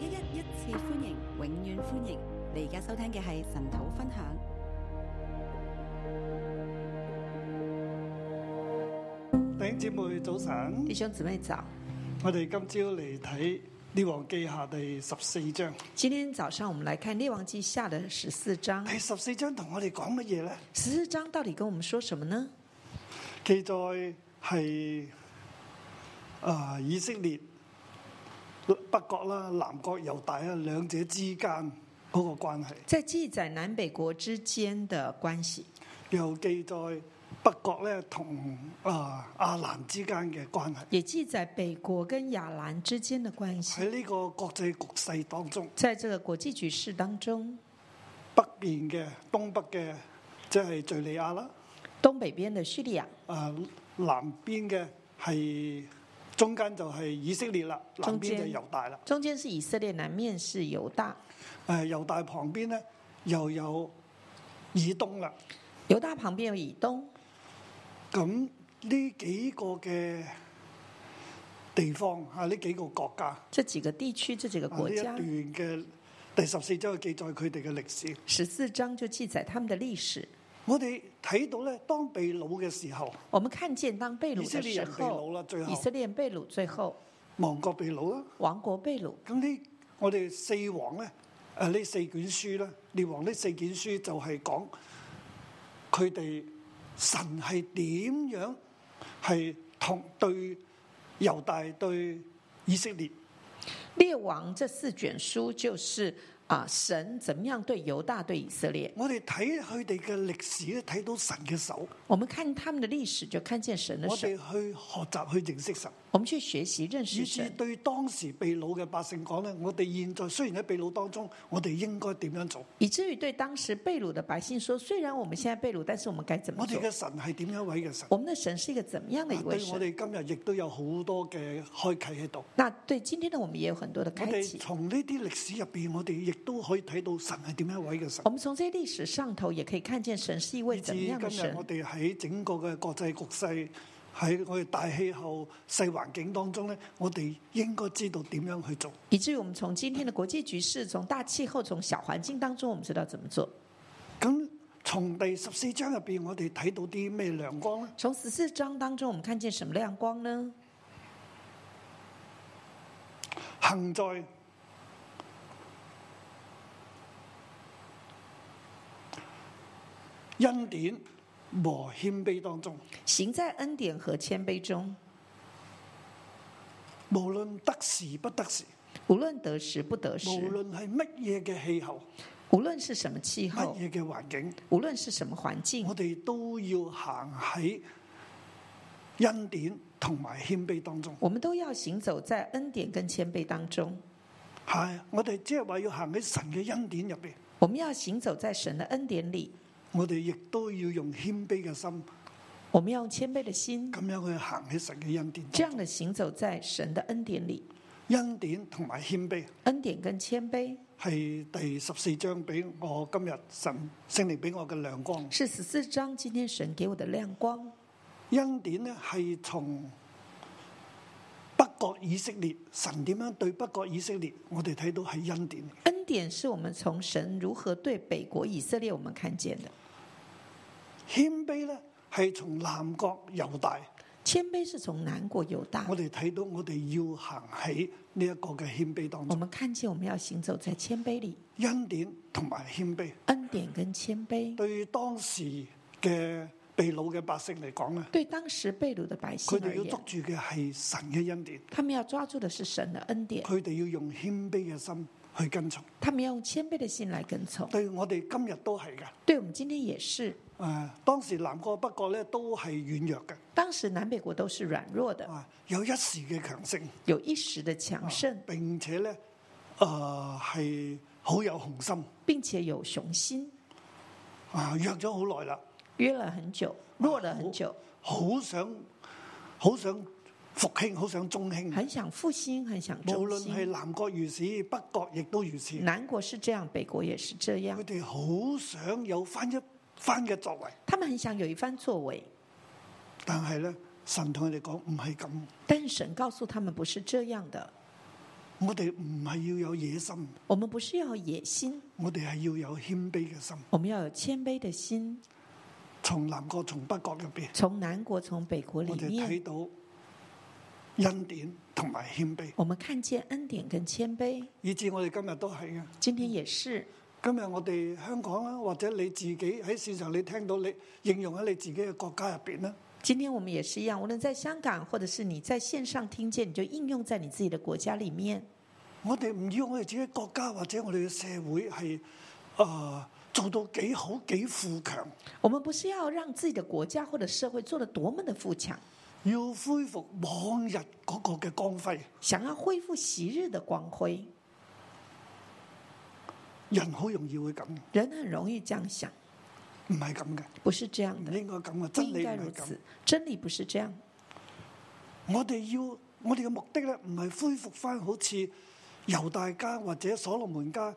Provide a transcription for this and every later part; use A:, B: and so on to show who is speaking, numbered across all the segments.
A: 一一一次歡迎，永遠歡迎！你而家收聽嘅係神土分享。
B: 弟兄姊妹早晨，
C: 弟兄姊妹早，
B: 我哋今朝嚟睇《列王記下》第十四章。
C: 今天早上我们来看《列王记下》的十四章。
B: 第十四章同我哋講乜嘢呢？
C: 十四章到底跟我们说什么呢？
B: 記載係啊以色列北國啦、南國猶大啦兩者之間嗰個關係，
C: 在记载南北国之间的关系，
B: 又記載北國咧同啊亞蘭之間嘅關係。
C: 也记载北国跟亚兰之间的关系。
B: 喺呢個國際局勢當中，
C: 在这个国际局势当中，
B: 北邊嘅、東北嘅，即係敍利亞啦。
C: 东北边的叙利亚，
B: 啊、南邊嘅係中間就係以色列啦，南
C: 中
B: 邊
C: 間
B: 就猶大啦。
C: 中间是以色列，南面是犹大。
B: 誒、猶大旁邊咧又有以東啦。
C: 犹大旁边有以东，
B: 咁呢幾個嘅地方啊，呢幾個國家啊，
C: 这几个地区，这几个
B: 呢
C: 国
B: 一
C: 家
B: 段。嘅第十四章記載佢哋嘅歷史。
C: 十四章就记载他们的历史。
B: 我哋睇到咧，當被擄嘅時候，
C: 我们看见当被
B: 以
C: 掳
B: 色
C: 的
B: 列
C: 时
B: 人被擄
C: 候
B: 啦，，最
C: 以
B: 後
C: 色列被掳，最后
B: 亡國被擄啦。啊
C: 亡国被掳。
B: 咁呢，我哋四王咧，誒呢四卷書咧，列王呢四卷書就係講佢哋神係點樣係同對猶大對以色列，
C: 列王这四卷书就是啊，神怎么样对犹大、对以色列，
B: 我哋睇佢哋嘅歷史咧，睇到神嘅手，
C: 我们看他们的历史就看见神的
B: 我
C: 手
B: 哋。去學習去認識神，
C: 我们去学习认
B: 以
C: 识
B: 至
C: 神，
B: 對當時被擄嘅百姓講咧，我哋現在雖然喺被擄當中，我哋應該點樣做？
C: 以至于对当时被掳的百姓说：虽然我们现在被掳，但是我啊们该怎么
B: 我哋
C: 做？
B: 嘅神係點樣一位嘅神？
C: 我们的神是一个怎么样的
B: 對
C: 一位
B: 啊我
C: 神？
B: 哋今日亦都有好多嘅開啟喺度。
C: 那对今天的我们也有很多的
B: 我
C: 开
B: 哋
C: 启。
B: 從呢啲歷史入邊，我哋亦都可以睇到神係點樣一位嘅神
C: 我。们从这些历史上头也可以看见神是一位
B: 以至
C: 怎么
B: 今
C: 样的
B: 日
C: 神
B: 我。哋喺整個嘅國際局勢，喺我哋大氣候細環境當中咧，我哋應該知道點樣去做。
C: 以至于我们从今天的国际局势、从大气候、从小环境当中，我们知道怎么做。
B: 咁從第十四章入邊，我哋睇到啲咩亮光咧？
C: 从十四章当中，我们看见什么亮光呢？
B: 行在恩典和謙卑當中，
C: 行在恩典和谦卑中，
B: 無論得時不得時。
C: 无论得时不得时，
B: 無論係乜嘢嘅氣候、
C: 无论是什么气
B: 乜
C: 候，
B: 嘢嘅環境，
C: 无论是什么环境
B: 我，哋都要行喺恩典同埋謙卑當中。
C: 我们都要行走在恩典跟谦卑当中。
B: 係，我哋即係話要行喺神嘅恩典入邊，
C: 我们要行走在神的恩典里，
B: 我哋亦都要用謙卑嘅心，
C: 我们要用谦卑的心，
B: 咁樣去行喺神嘅恩典
C: 这
B: 當
C: 样的行走在神的恩典里。
B: 中。恩典同埋謙卑
C: 恩典跟谦卑
B: 係第十四章俾我今日神聖靈俾我嘅亮光。
C: 是十四章今天神给我的亮光。
B: 恩典呢係從北國以色列，神點樣對北國以色列，我哋睇到係恩典。
C: 恩典是我们从神如何对北国以色列我们看见的，
B: 謙卑咧係從南國猶大，
C: 谦卑是从南国犹大
B: 我。哋睇到我哋要行喺呢一個嘅謙卑當
C: 我
B: 中，
C: 们看见我们要行走在谦卑里，
B: 恩典同埋謙卑，
C: 恩典跟谦卑。
B: 對當時嘅被擄嘅百姓嚟講咧，
C: 对当时被掳的百姓
B: 佢哋
C: 而
B: 要捉
C: 言，
B: 住嘅係神嘅恩典，
C: 他们要抓住的是神的恩典，
B: 佢哋要用謙卑嘅心去跟從。
C: 他们要用谦卑的心来跟从。
B: 對我哋今日都係嘅，誒、
C: 对我们今天也是，
B: 當時南國北國咧都係軟弱嘅，
C: 当时南北国都是软弱的，
B: 啊有一時嘅強盛，
C: 有一时的强盛，
B: 並且咧誒係好有雄心，
C: 并且有雄心，
B: 啊弱咗好耐啦。
C: 约了很久，
B: 啊
C: 弱了很久，
B: 好想好想復興，好想中興。
C: 很想复兴，很想
B: 無
C: 中
B: 論係
C: 兴。
B: 南國如是，北國亦都如是。
C: 南国是这样，北国也是这样
B: 佢，哋好想有翻一番嘅作為，
C: 他们很想有一番作为，
B: 但係咧，神同佢哋講唔係咁。
C: 但神告诉他们不是这样的。
B: 我哋唔係要有野心，
C: 我们不是要野心，
B: 我哋係要有謙卑嘅心。
C: 我们要有谦卑的心。
B: 從南國從北國入邊，
C: 从南国从北国里
B: 我哋
C: 面，
B: 睇到恩典同埋謙卑，
C: 我们看见恩典跟谦卑。
B: 以至我哋今日都係嘅。
C: 今天也是，
B: 今日我哋香港啦，或者你自己喺線上你聽到你應用喺你自己嘅國家入邊啦，
C: 今天我们也是一样，无论在香港或者是你在线上听见，你就应用在你自己的国家里面。
B: 我哋唔要我哋自己國家或者我哋嘅社會係呃做到幾好幾富強，
C: 我们不是要让自己的国家或者社会做得多么的富强，
B: 要恢復往日嗰個嘅光輝。
C: 想要恢复昔日的光辉，
B: 人好容易會咁，
C: 人很容易这样想，
B: 唔係咁嘅，
C: 不是这样
B: 唔
C: 的，
B: 應該咁嘅，
C: 不
B: 真
C: 应
B: 理
C: 该
B: 唔
C: 如
B: 係咁
C: 此。，真理不是这样。
B: 我哋要我哋嘅目的咧，唔係恢復翻好似猶大家或者所羅門家，誒、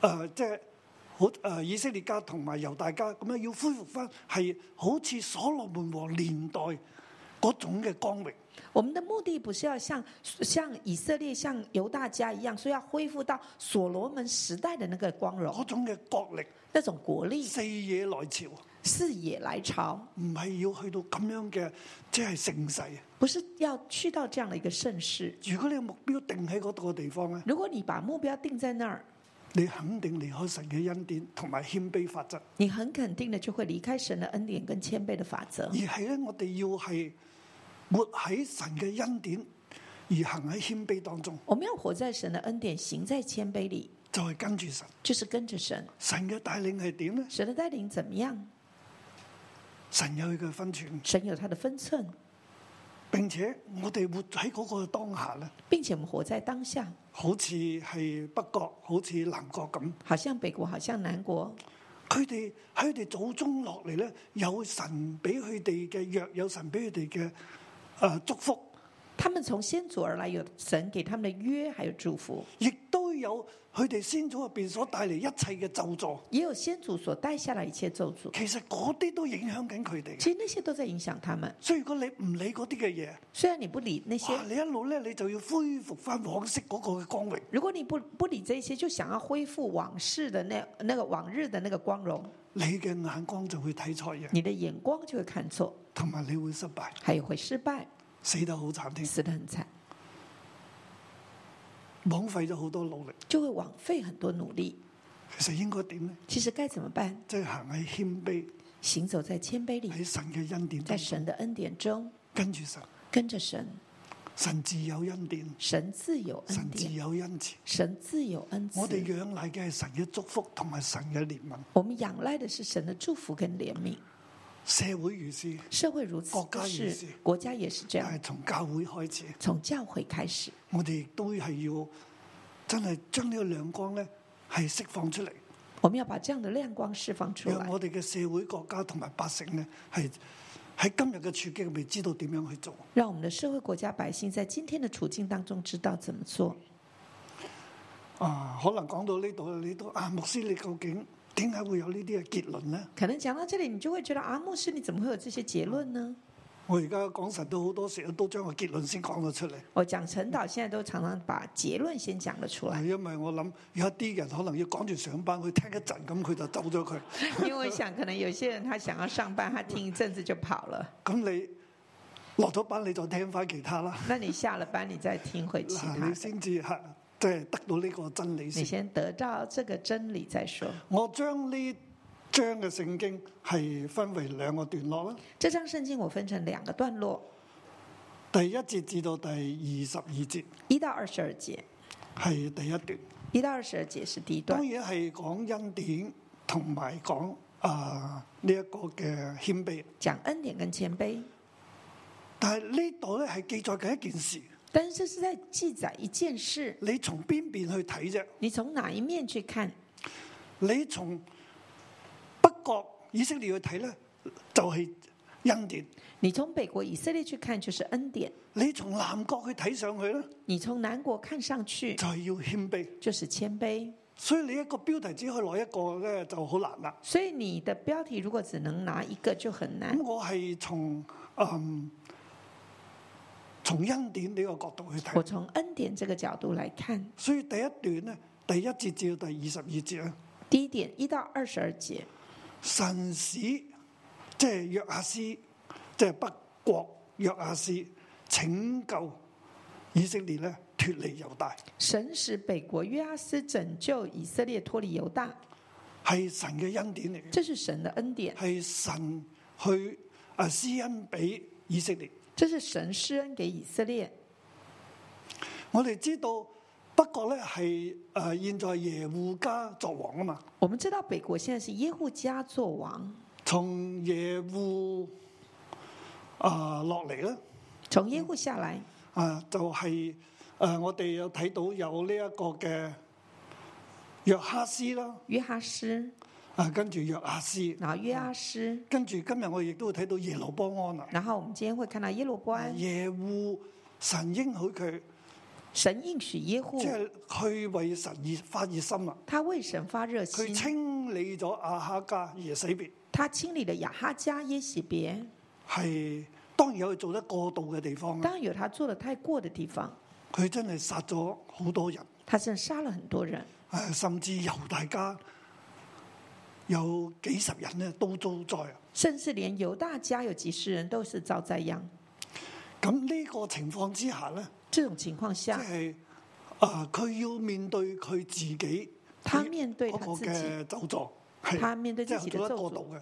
B: 呃即係好誒、呃以色列家同埋猶大家咁樣，要恢復翻係好似所羅門王年代嗰種嘅光榮。
C: 我们的目的不是要像像以色列、像犹大家一样，说要恢复到所罗门时代的那个光
B: 嗰
C: 荣、
B: 種嘅國力，
C: 那种国力、
B: 四野來朝，唔
C: 四野来朝，
B: 係要去到咁樣嘅，即係盛世。啊
C: 不是要去到这样的一个盛世。
B: 如果你嘅目標定喺嗰度嘅地方咧，
C: 如果你把目标定在那儿，
B: 你肯定離開神嘅恩典同埋謙卑法則，
C: 你很肯定的就会离开神的恩典跟谦卑的法则
B: 而。係咧我哋要係活喺神嘅恩典，而行喺謙卑當中，
C: 我们要活在神的恩典，行在谦卑里，
B: 就係跟住神。
C: 就是跟着神。
B: 神嘅帶領係點咧？
C: 神的带领怎么样？
B: 神有佢嘅分寸，
C: 神有他的分寸，
B: 並且我哋活喺嗰個當下咧，
C: 并且我们活在当下，
B: 好似係北國，好似南國咁。
C: 好像北国，好像南国，
B: 佢哋喺佢哋祖宗落嚟咧，有神俾佢哋嘅約，有神俾佢哋嘅誒祝福，
C: 他们从先祖而来，有神给他们的约，还有祝福，
B: 亦都有佢哋先祖入邊所帶嚟一切嘅咒詛。
C: 也有先祖所带下来一切咒诅。
B: 其實嗰啲都影響緊佢哋。
C: 其实那些都在影响他们。
B: 所以如果你唔理嗰啲嘅嘢，
C: 虽然你不理那些
B: 哇！，你一路咧，你就要恢復翻往昔嗰個嘅光榮，
C: 如果你不不理这些，就想要恢复往事的那那个往日的那个光荣，
B: 你嘅眼光就會睇錯嘢，
C: 你的眼光就会看错，
B: 同埋你會失敗，
C: 还有会失败，
B: 死得好慘添，
C: 死得很惨，
B: 枉費咗好多努力。
C: 就会枉费很多努力。
B: 其實應該點咧？
C: 其实该怎么办？
B: 即係行喺謙卑，
C: 行走在谦卑里，
B: 喺神嘅恩典
C: 在
B: 當中，
C: 神的恩典中，
B: 跟住神。
C: 跟着神，
B: 神自有恩典，
C: 神自有恩
B: 神自
C: 典，
B: 有恩慈。
C: 神自有恩
B: 我哋
C: 慈。
B: 仰賴嘅係神嘅祝福同埋神嘅憐憫。
C: 我们仰赖的是神的祝福跟怜悯。
B: 社會如是，
C: 社会如此，
B: 国家也
C: 是
B: 是
C: 国家也是这
B: 但
C: 样
B: 係。從教會開始，
C: 从教会开始，
B: 我哋亦都係要真係將呢個亮光咧係釋放出嚟，
C: 我们要把这样的亮光释放出
B: 讓
C: 来，
B: 我哋嘅社會、國家同埋百姓咧係喺今日嘅處境未知道點樣去做。
C: 让我们的社会、国家、百姓在今天的处境当中知道怎么做。
B: 啊，可能講到呢度，你都啊，牧師你究竟點解會有呢啲嘅結論咧？
C: 可能讲到这里，你就会觉得啊，牧师你怎么会有这些结论呢？
B: 我而家講神都好多時都將個結論先講咗出嚟。
C: 我讲陈导现在都常常把结论先讲了出来
B: 係，啊因為我諗有一啲人可能要趕住上班，佢聽一陣咁佢就走咗佢。
C: 因为我想可能有些人他想要上班，他听一阵子就跑了，
B: 咁你落咗班，你再聽翻其他 啦，
C: 那你下了班你再听回其
B: 嗱
C: 他
B: 你
C: 的，
B: 先至嚇，即係得到呢個真理
C: 你
B: 先。
C: 先得到这个真理再说。
B: 我將呢章嘅聖經係分為兩個段落啦，
C: 这张圣经我分成两个段落，
B: 第一節至到第二十二節
C: 一到二十二节，
B: 係第一段，
C: 一到二十二节是第一段
B: 當。然係講恩典同埋講啊呢一個嘅謙卑。
C: 讲恩典跟谦卑，
B: 但係呢度咧係記載緊一件事，
C: 但是这是在记载一件事，
B: 你從邊邊去睇啫？
C: 你从哪一面去看？
B: 你從北國以色列去睇咧，就係恩典；
C: 你从北国以色列去看就是恩典，
B: 你從南國去睇上去咧，
C: 你从南国看上去
B: 就係要謙卑。
C: 就是谦卑。
B: 所以你一個標題只可以攞一個咧，就好難啦。
C: 所以你的标题如果只能拿一个就很难
B: 咁。我係從嗯。從恩典呢個角度去睇。
C: 我从恩典这个角度来看，
B: 所以第一段呢，第一節至到第二十二節啊，
C: 第一点一到二十二节，
B: 神使即係約亞斯，即係北國約亞斯拯救以色列咧脱離猶大，
C: 神使北国约阿斯拯救以色列脱离犹大，
B: 係神嘅恩典嚟嘅。
C: 这是神的恩典，
B: 係神去啊施恩俾以色列。
C: 这是神施恩给以色列。
B: 我哋知道北國咧係诶现在耶户家作王啊嘛，
C: 我们知道北国现在是耶户家做王，
B: 從耶户啊落嚟咧
C: 从耶户下来，
B: 啊就係呃我哋有睇到有呢一個嘅約哈斯啦，
C: 约哈斯，
B: 啊跟住約哈斯，
C: 然后约阿斯，
B: 跟住今日我亦都會睇到耶路波安啦，
C: 然后我们今天会看到耶罗波
B: 啊
C: 安，
B: 耶户神應許佢，
C: 神应许耶户
B: 即，係去為神而發熱心啦。
C: 他为神发热
B: 佢
C: 心，
B: 清理咗阿哈加耶洗別，
C: 他清理了亚哈家耶洗别，
B: 係當然有佢做得過度嘅地方啦
C: 当然有他做的太过的地方，
B: 佢真係殺咗好多人，
C: 他真的杀了很多人，
B: 誒呃甚至猶大家有幾十人咧都遭災啊！
C: 甚至连犹大家有几十人都是遭灾殃。
B: 咁呢個情況之下咧，
C: 这种情况
B: 即
C: 下，
B: 係啊佢要面對佢自己，
C: 他面對
B: 嗰
C: 他
B: 個
C: 自己，
B: 嘅咒詛，係
C: 他面對
B: 即
C: 自
B: 係
C: 己
B: 佢做
C: 的
B: 得
C: 咒
B: 過
C: 詛
B: 度嘅。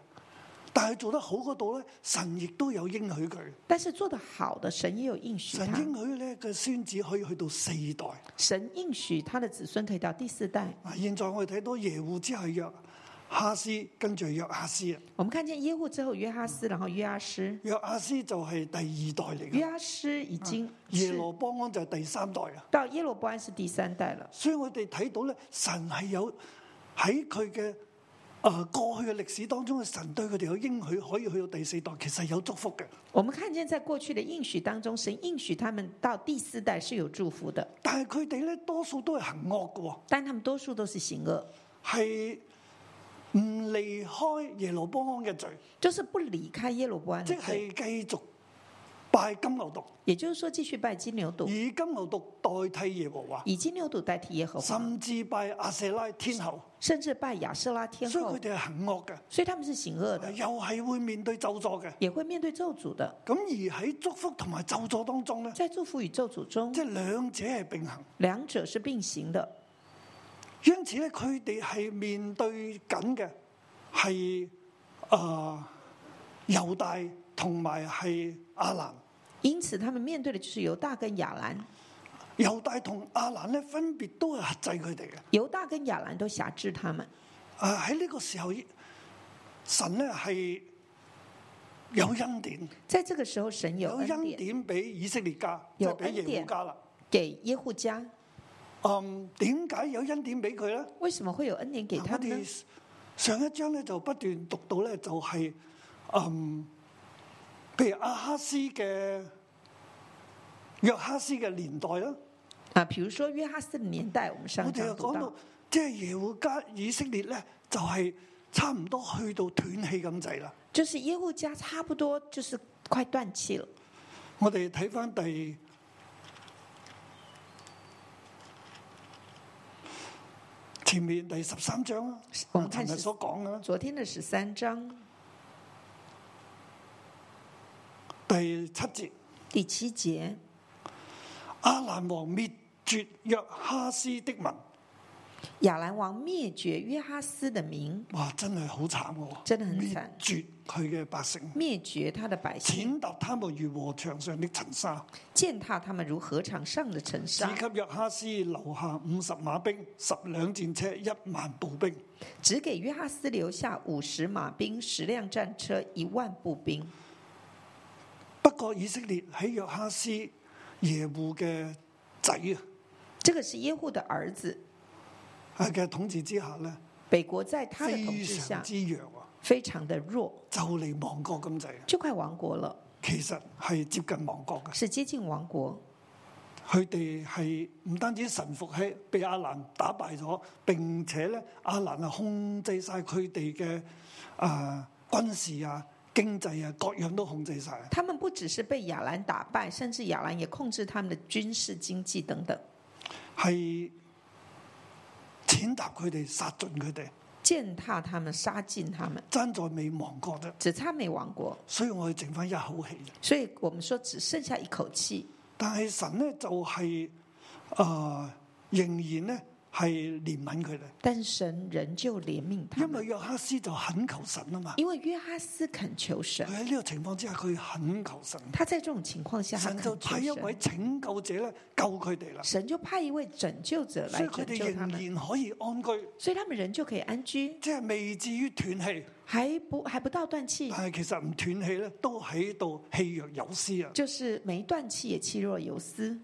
B: 但係做得好嗰度咧，神亦都有應許佢。
C: 但是做得好的神也有应许
B: 神
C: 他，
B: 應許咧嘅孫子可以去到四代。
C: 神应许他的子孙可以到第四代。
B: 嗱，現在我哋睇到耶户之後約哈斯，跟住約哈斯啊，
C: 我们看见耶户之后，约哈斯，然后约阿斯，
B: 約哈斯就係第二代嚟
C: 约
B: 嘅，
C: 阿斯已经
B: 啊耶
C: 是
B: 羅波安就係第三代啊。
C: 到耶罗波安是第三代了。
B: 所以我哋睇到咧，神係有喺佢嘅誒過去嘅歷史當中，神對佢哋有應許，可以去到第四代，其實有祝福嘅。
C: 我们看见在过去的应许当中，神应许他们到第四代是有祝福的，
B: 但係佢哋咧多數都係行惡嘅喎，
C: 但他们多数都是行恶，
B: 係唔離開耶羅波安嘅罪，
C: 就是不离开耶罗波安
B: 即
C: 的罪，
B: 係繼續拜金牛犢，
C: 也就是说继续拜金牛犊，
B: 以金牛犢代替耶和華。
C: 以金牛犊代替耶和华，
B: 甚至拜阿舍拉天后，
C: 甚至拜亚瑟拉天
B: 所以
C: 后嗯
B: 佢，哋係哎行惡嘅，
C: 所以他们是行恶的，
B: 又係會面對咒詛嘅。
C: 也会面对咒诅的。
B: 咁而喺祝福同埋咒詛當中咧，
C: 在祝福与咒诅中
B: 即，係兩者係並行。
C: 两者是并行的。
B: 因此咧，佢哋係面對緊嘅係啊猶大同埋係亞蘭。
C: 因此，他们面对的就是犹大跟亚兰，
B: 猶大同亞蘭咧，分別都係克制佢哋嘅。
C: 犹大跟亚兰都辖制他们。
B: 啊喺呢個時候，神咧係有恩典，
C: 在这个时候，神有
B: 有
C: 恩
B: 恩
C: 典
B: 典俾以色列家，即
C: 有
B: 係俾
C: 恩
B: 耶
C: 典
B: 和家啦。
C: 给耶户家，
B: 嗯，點解有恩典俾佢咧？
C: 为什么会有恩典给
B: 我
C: 他们呢？
B: 哋上一章咧就不斷讀到咧，就係、嗯，譬如阿哈斯嘅約哈斯嘅年代啦，
C: 啊，比如说约哈斯的年代，我们
B: 我
C: 上
B: 哋
C: 章
B: 又
C: 读
B: 講
C: 到
B: 到，即係耶和家以色列咧，就係、差唔多去到斷氣咁滯啦。
C: 就是耶户家差不多就是快断气了。
B: 我哋睇翻第前面第十三章啦，
C: 我們看
B: 尋日
C: 是
B: 所講嘅啦。
C: 昨天的十三章
B: 第七節，
C: 第七节，
B: 阿蘭王滅絕約哈斯的民，
C: 亚兰王灭绝约哈斯的名，
B: 哇，真係好慘喎！
C: 真的很慘
B: 滅絕佢嘅百姓，
C: 灭绝他的百姓，
B: 踐踏他們如禾場上的塵沙，
C: 践踏他们如河场上的尘
B: 只
C: 沙，
B: 給約哈斯留下五十馬兵、十輛戰車、一萬步兵。
C: 只给约哈斯留下五十马兵、十辆战车、一万步兵。
B: 不過以色列喺約哈斯耶戶嘅仔啊
C: 这个是耶户的儿子，
B: 啊嘅統治之下咧，
C: 北国在他的统
B: 非
C: 治
B: 常
C: 下
B: 之弱啊，
C: 非常的弱，
B: 就嚟亡國咁滯啊。
C: 就快亡国了，
B: 其實係接近亡國嘅。
C: 是接近亡国。
B: 佢哋係唔單止臣服喺被阿蘭打敗咗，並且咧阿蘭啊控制晒佢哋嘅啊軍事啊經濟啊各樣都控制晒。
C: 他们不只是被亚兰打败，甚至亚兰也控制他们的军事、经济等等，
B: 係踐踏佢哋、殺盡佢哋，
C: 践踏他们，杀尽他们，
B: 爭在未亡國啫。
C: 只差没亡国。
B: 所以我哋剩翻一口氣啫。
C: 所以我们说只剩下一口气，
B: 但係神咧就係、呃仍然咧係憐憫佢哋，
C: 但神仍旧怜悯他
B: 因為
C: 们，
B: 約克斯就懇求神啊嘛。
C: 因为约哈斯恳求神
B: 佢，喺呢個情況之下，佢懇求神，
C: 他在这种情况下，他
B: 神就
C: 恳
B: 派一
C: 求
B: 位
C: 神，
B: 拯救者咧救佢哋啦，
C: 神就派一位拯救者
B: 所
C: 来
B: 以佢
C: 拯
B: 哋
C: 救他们，
B: 仍然可以安居，
C: 所以他们人就可以安居，
B: 即係未至於斷氣。
C: 还不还不到断气
B: 但，係其實唔斷氣咧，都喺度氣若游絲啊！
C: 就是没断气也气若游丝。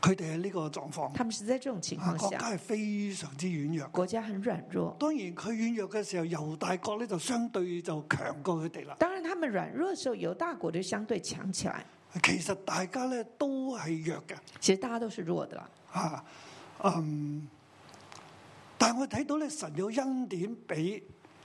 B: 佢哋喺呢個狀況，
C: 他们是在这种情
B: 啊
C: 况
B: 國家
C: 下，
B: 係非常之軟弱。
C: 国家很软弱。
B: 當然佢軟弱嘅時候，猶大國咧就相對就強過佢哋啦。
C: 当然，他们软弱的时候，犹大国就相对强起来。
B: 其實大家咧都係弱嘅，
C: 其实大家都是弱的啦，
B: 啊，嗯，但係我睇到咧神有恩典俾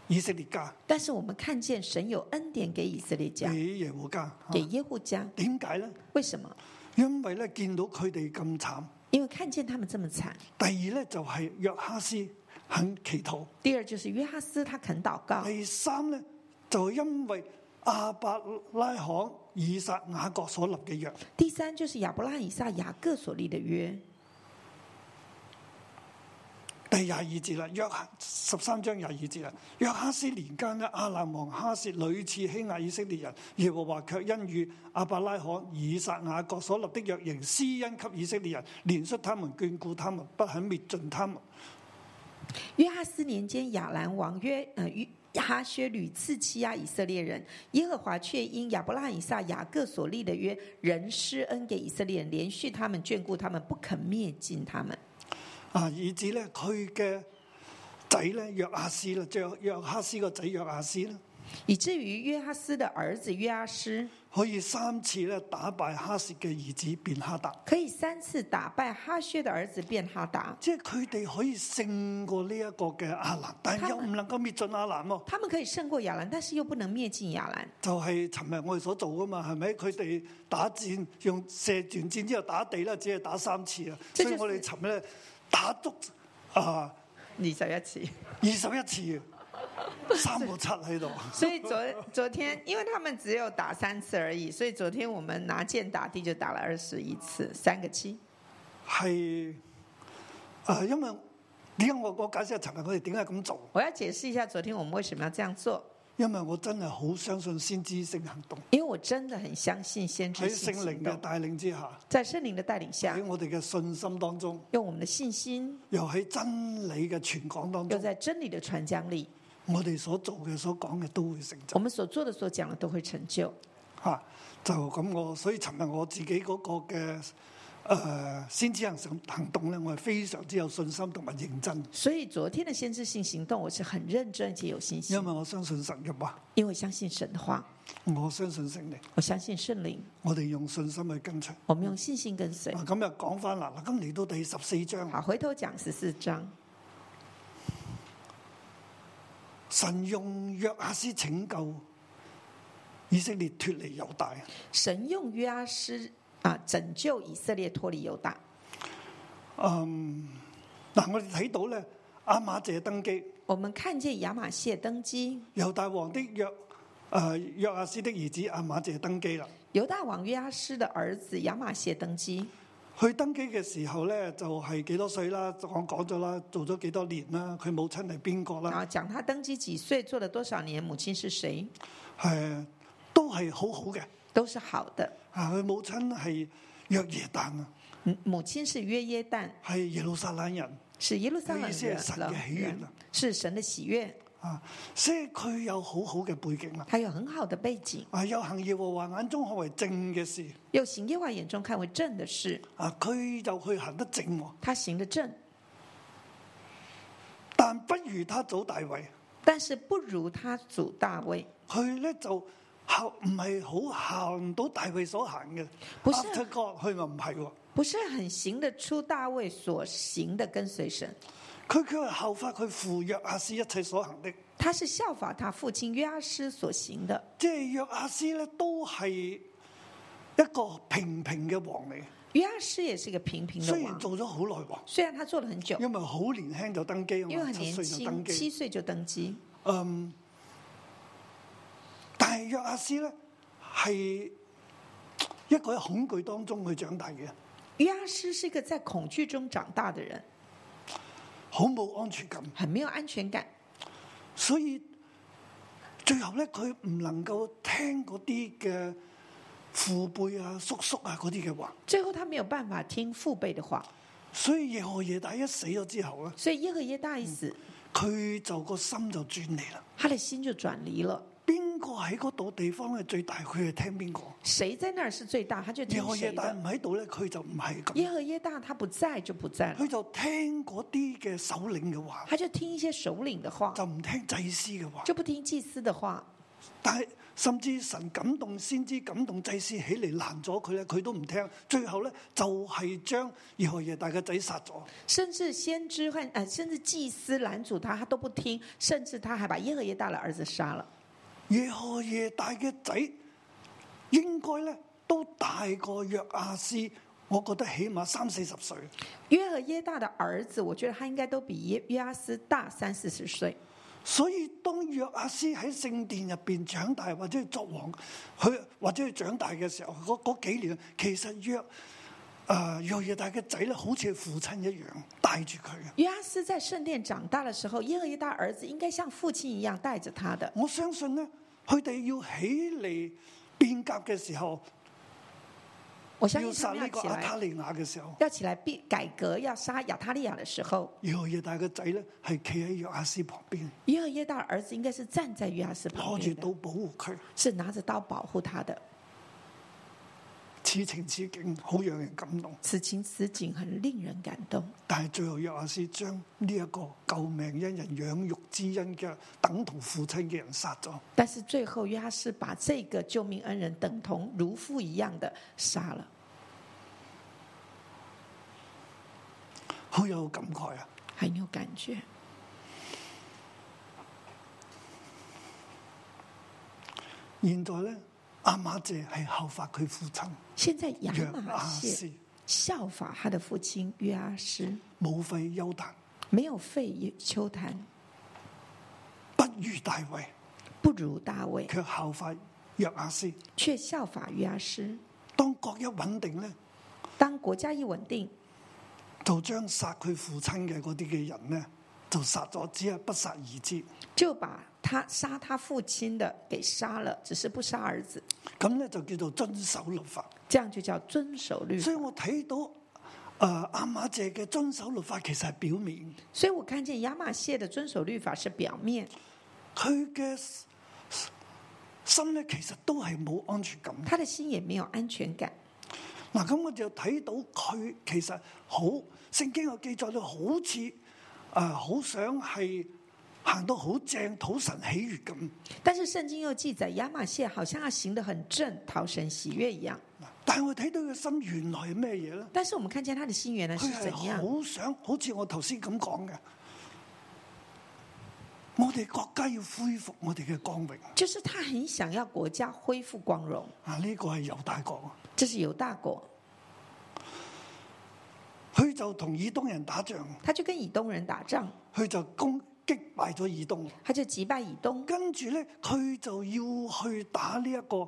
B: 以色列家，
C: 但是我们看见神有恩典给以色列家，
B: 俾耶和家。啊
C: 给耶户家，
B: 點解咧？
C: 为什么？
B: 因為咧見到佢哋咁慘。
C: 因为看見他们这么惨。
B: 第二咧就係約哈斯肯祈禱。
C: 第二就是约哈斯他肯祷告，
B: 第三咧就因為亞伯拉罕、以撒、雅各所立嘅約，
C: 第三就是亚伯拉罕以撒雅各所立的约。
B: 第廿二節啦，約哈十三章廿二節啦。約哈斯年間咧，亞蘭王哈薛屢次欺壓以色列人，耶和華卻因與亞伯拉罕、以撒、雅各所立的約，仍施恩給以色列人，憐恤他們、眷顧他們，不肯滅盡他們。
C: 约哈斯年间，亚兰王约呃约哈薛屡次欺压以色列人，耶和华却因亚伯拉罕以撒雅各所立的约，仍施恩给以色列人，连续他们眷顾他们，不肯灭尽他们。
B: 啊，以至咧佢嘅仔咧約阿斯啦，即係約哈斯個仔約阿斯啦，
C: 以至于约哈斯的儿子约阿斯
B: 可以三次咧打敗哈薛嘅兒子便哈達，
C: 可以三次打败哈薛的儿子便哈达，
B: 即係佢哋可以勝過呢一個嘅亞蘭，但係又唔能夠滅盡亞蘭喎。
C: 他们可以胜过亚兰，但是又不能灭尽亚兰。
B: 就係尋日我哋所做噶嘛，係咪？佢哋打箭用射完箭之後打地啦，只係打三次啊，
C: 即
B: 所
C: 係
B: 以
C: 就
B: 我哋尋日咧打足啊
C: 你再要起。
B: 二十一次啊，三個七喺度。
C: 所以昨昨天，因为他们只有打三次而已，所以昨天我们拿剑打地就打了二十一次，三个七。
B: 係啊，因為點解我我解釋下尋日我哋點解咁做？
C: 我要解释一下昨天我们为什么要这样做，
B: 因為我真係好相信先知性行動
C: 因為我真的很相信先知
B: 喺
C: 性
B: 聖靈
C: 行
B: 嘅
C: 动，
B: 帶領之下，
C: 在圣灵的带领下
B: 喺，我哋嘅信心當中，
C: 用我们的信心，
B: 又喺真理嘅傳講當
C: 又
B: 中，
C: 在真理的传讲里，
B: 我哋所做嘅、所講嘅都會成就
C: 我。们所做的、所讲的都会成就。
B: 吓、
C: Oh
B: 就咁我，所以尋日我自己嗰個嘅诶、呃先知行行行動咧，我係非常之有信心同埋認真，
C: 所以昨天的先知性行动，我是很认真且有信心
B: 因為，我相信神嘅話，
C: 因为相信神的话，
B: 我相信聖靈，
C: 我相信圣灵，
B: 我哋用信心去跟隨。
C: 我们用信心跟随。
B: 嗱，啊咁又講翻啦，嗱，咁嚟到第十四章，
C: 好，回头讲十四章。
B: 神用約阿斯拯救以色列脱離猶大，啊
C: 神用约阿施啊拯救以色列脱离犹大。
B: 嗱，我哋睇到咧，阿馬謝登基，
C: 我们看见亚玛谢登基，
B: 猶大王的約诶约阿斯的兒子阿馬謝登基啦。
C: 犹大王约阿施的儿子亚玛谢登基。
B: 佢登基嘅時候咧，就係、幾多歲啦？我講咗啦，做咗幾多年啦？佢母親係邊個
C: 然
B: 啦？
C: 后讲他登基几岁，做了多少年，母亲是谁，
B: 誒，都係好好嘅。
C: 都是好的。
B: 啊，佢母親係約耶旦啊，
C: 嗯母亲是约耶旦，
B: 係耶路撒冷人
C: 是耶路撒冷
B: 有
C: 人
B: 意思是神的喜悦了
C: 是神的喜悦。
B: 啊，所以佢有好好嘅背景啦。
C: 他有很好的背景，
B: 啊，有行耶和華眼中看為正嘅事
C: 又行耶和华眼中看为正的事，
B: 啊，佢就去行得正喎。
C: 他行得正，
B: 但不如他祖大衛，
C: 但是不如他祖大卫。
B: 佢咧就效唔係好行到大衛所行嘅。
C: 不是
B: After God，佢話唔係喎，
C: 不是很行得出大卫所行的跟随神，
B: 佢佢係效法佢父約阿斯一切所行的。
C: 他是效法他父亲约阿施所行的。
B: 即係約阿斯咧都係一個平平嘅王嚟，
C: 约阿施也是一个平平的
B: 雖然
C: 王，
B: 做咗好耐王，
C: 虽然他做了很久，
B: 因為好年輕就登基啊
C: 因为
B: 嘛，
C: 很
B: 七
C: 年
B: 歲就
C: 轻，
B: 登
C: 七
B: 基。
C: 岁就登基。
B: 嗯，但係約阿斯咧係一個喺恐懼當中去長大嘅，
C: 约阿施是一个在恐惧中长大的人，
B: 好冇安全感，
C: 很没有安全感，
B: 所以最後咧佢唔能夠聽嗰啲嘅父輩啊、叔叔啊嗰啲嘅話。
C: 最后他没有办法听父辈的话，
B: 所以耶何耶大一死咗之後咧，
C: 所以耶和耶大一死，
B: 佢就個心就轉嚟啦。
C: 他的心就转离了。
B: 邊個喺嗰度地方咧最大，佢係聽邊個。
C: 谁在那儿是最大，他就
B: 耶
C: 听
B: 何耶
C: 谁
B: 大
C: 的。
B: 唔喺度咧，佢就唔係咁，
C: 耶和耶大他不在就不在了，
B: 佢就聽嗰啲嘅首領嘅話，
C: 他就听一些首领的话，
B: 就唔聽祭司嘅話。
C: 就不听祭司的話。
B: 但係甚至神感動先知感動祭司起嚟攔咗佢咧，佢都唔聽。最後咧就係將耶何耶大嘅仔殺咗。
C: 甚至先知和呃，甚至祭司拦阻他，他都不听，甚至他还把耶和耶大的儿子杀了。
B: 耶何耶大嘅仔應該咧都大過約亞斯，我覺得起碼三四十歲。
C: 约和耶大的儿子，我觉得他应该都比耶约阿斯大三四十岁。
B: 所以當約亞斯喺聖殿入邊長大，或者係作王，佢或者佢長大嘅時候，嗰嗰幾年其實約啊約耶大嘅仔咧，好似係父親一樣帶住佢嘅。
C: 约阿斯在圣殿长大的时候，耶和耶大儿子应该像父亲一样带着他的。
B: 我相信咧，佢哋要起嚟變革嘅時候，
C: 我相
B: 要
C: 信他
B: 殺
C: 们
B: 呢個
C: 要起
B: 阿塔
C: 来，
B: 利亞嘅時候，
C: 要起来必改革，要杀亚他利亚的时候，
B: 約耶大嘅仔咧係企喺約亞斯旁邊，
C: 耶和耶大儿子应该是站在约阿斯旁
B: 攞住
C: 边
B: 刀
C: 的，
B: 保護佢，
C: 是拿着刀保护他的。
B: 此情此景，好讓人感動。
C: 此情此景很令人感动。
B: 但係最後約亞斯將呢一個救命恩人養育之恩嘅等同父親嘅人殺咗，
C: 但是最后约阿斯把这个救命恩人等同如父一样的杀了，
B: 好有感慨啊！
C: 很有感觉。
B: 現在咧，阿馬謝係效法佢父親
C: 现在亚
B: 約
C: 玛
B: 亞
C: 谢
B: 斯，
C: 效法他的父亲约阿斯，
B: 冇費休彈，
C: 没有废丘坛，
B: 不如大衛，
C: 不如大卫，
B: 卻效法約亞斯。
C: 却效法约阿斯。
B: 當國一穩定咧，
C: 当国家一稳定，
B: 就將殺佢父親嘅嗰啲嘅人咧，就殺咗，只係不殺兒子。
C: 就把他杀他父亲的给杀了，只是不杀儿子，
B: 咁咧就叫做遵守律法。
C: 这样就叫遵守律法
B: 所以。我睇到誒阿馬謝嘅遵守律法其實係表面。
C: 所以我看见亚玛谢的遵守律法是表面，
B: 佢嘅 s- s- 心咧，其實都係冇安全感。
C: 他的心也没有安全感。
B: 嗱，咁我就睇到佢其實好聖經有記載到，好似誒好想係行到好正討神喜悅咁。
C: 但是圣经又记载亚玛谢好像要行得很正，讨神喜悦一样。
B: 嗱但係我睇到佢心原來係咩嘢咧？
C: 但是我们看见他的心原来是
B: 佢係
C: 怎样，
B: 哎好想，好似我頭先咁講嘅，我哋國家要恢復我哋嘅光榮
C: 就是他很想要国家恢復光榮。
B: 啊！呢、個係猶大國啊，
C: 这是犹大国，
B: 佢就同以東人打仗，
C: 他就跟以东人打仗，
B: 佢就攻擊敗咗以東。
C: 他就击败以东，
B: 跟住咧，佢就要去打呢一個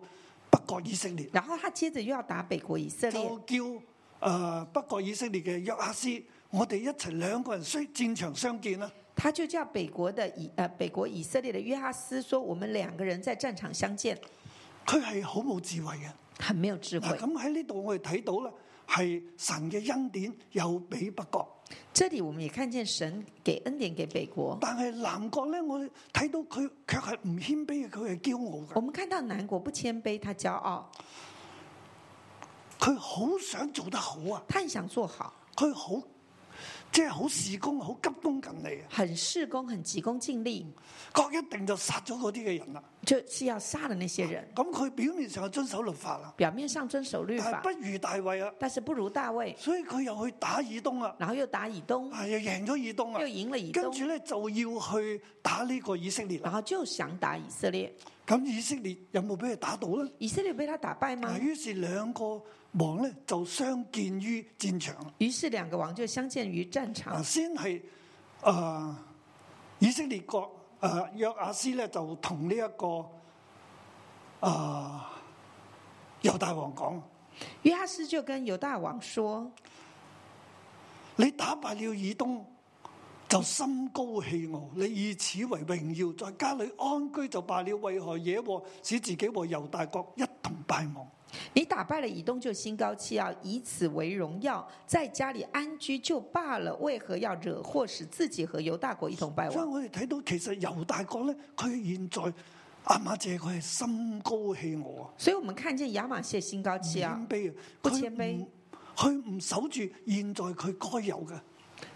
B: 北國以色列，
C: 然后他接着又要打北国以色
B: 就
C: 列，
B: 叫誒、呃北國以色列嘅約阿斯，我哋一齊兩個人雖戰場相見啦。
C: 他就叫北国的以呃北国以色列的约哈斯说：“我们两个人在战场相见，
B: 佢係好冇智慧嘅。
C: 很没有智
B: 嗱，
C: 慧。
B: 啊咁喺呢度我哋睇到咧，係神嘅恩典有俾北國，”
C: 这里我们也看见神给恩典给北国，
B: 但係南國咧，我哋睇到佢卻係唔謙卑嘅，佢係驕傲
C: 我
B: 嘅，
C: 们看到南国不谦卑，他骄傲，
B: 佢好想做得好啊，
C: 他很想做好，
B: 佢好即係好事工，好急功近利啊！
C: 很事功，很急功近利，
B: 國一定就殺咗嗰啲嘅人啦。
C: 就是要殺了那些人。
B: 咁佢表面上係遵守律法啦，
C: 表面上遵守律
B: 但係
C: 法
B: 不，如大衛啊，
C: 但是不如大衛，
B: 所以佢又去打以東啊，
C: 然後又打以東，
B: 啊又贏咗以東
C: 又
B: 啊，
C: 贏了以
B: 跟住
C: 東，
B: 咧就要去打呢個以色列
C: 然
B: 啦。
C: 後就想打以色列。
B: 咁以色列有冇俾佢打到咧？
C: 以色列被他打敗
B: 啊
C: 嗎？
B: 於是兩個王咧就相見於戰場，
C: 於是兩個王就相見於戰
B: 啊
C: 場。
B: 先係啊以色列國啊約亞斯咧就同呢一個啊猶大王講：
C: 約哈斯就跟猶大王說：
B: 你打敗了以東，就心高氣傲，你以此為榮耀，在家裏安居就罷了，為何惹禍，使自己和猶大國一同敗亡？
C: 你打敗了以東，就心高氣傲，以此為榮耀，在家裡安居就罷了，為何要惹禍，使自己和猶大國一同敗
B: 所以
C: 亡？
B: 我哋睇到其實猶大國咧，佢現在阿馬謝佢係心高氣傲啊，
C: 所以，我們看見亞瑪謝心高氣傲
B: 謙，卑啊，
C: 不
B: 佢
C: 謙卑
B: 唔佢唔守住現在佢該有嘅，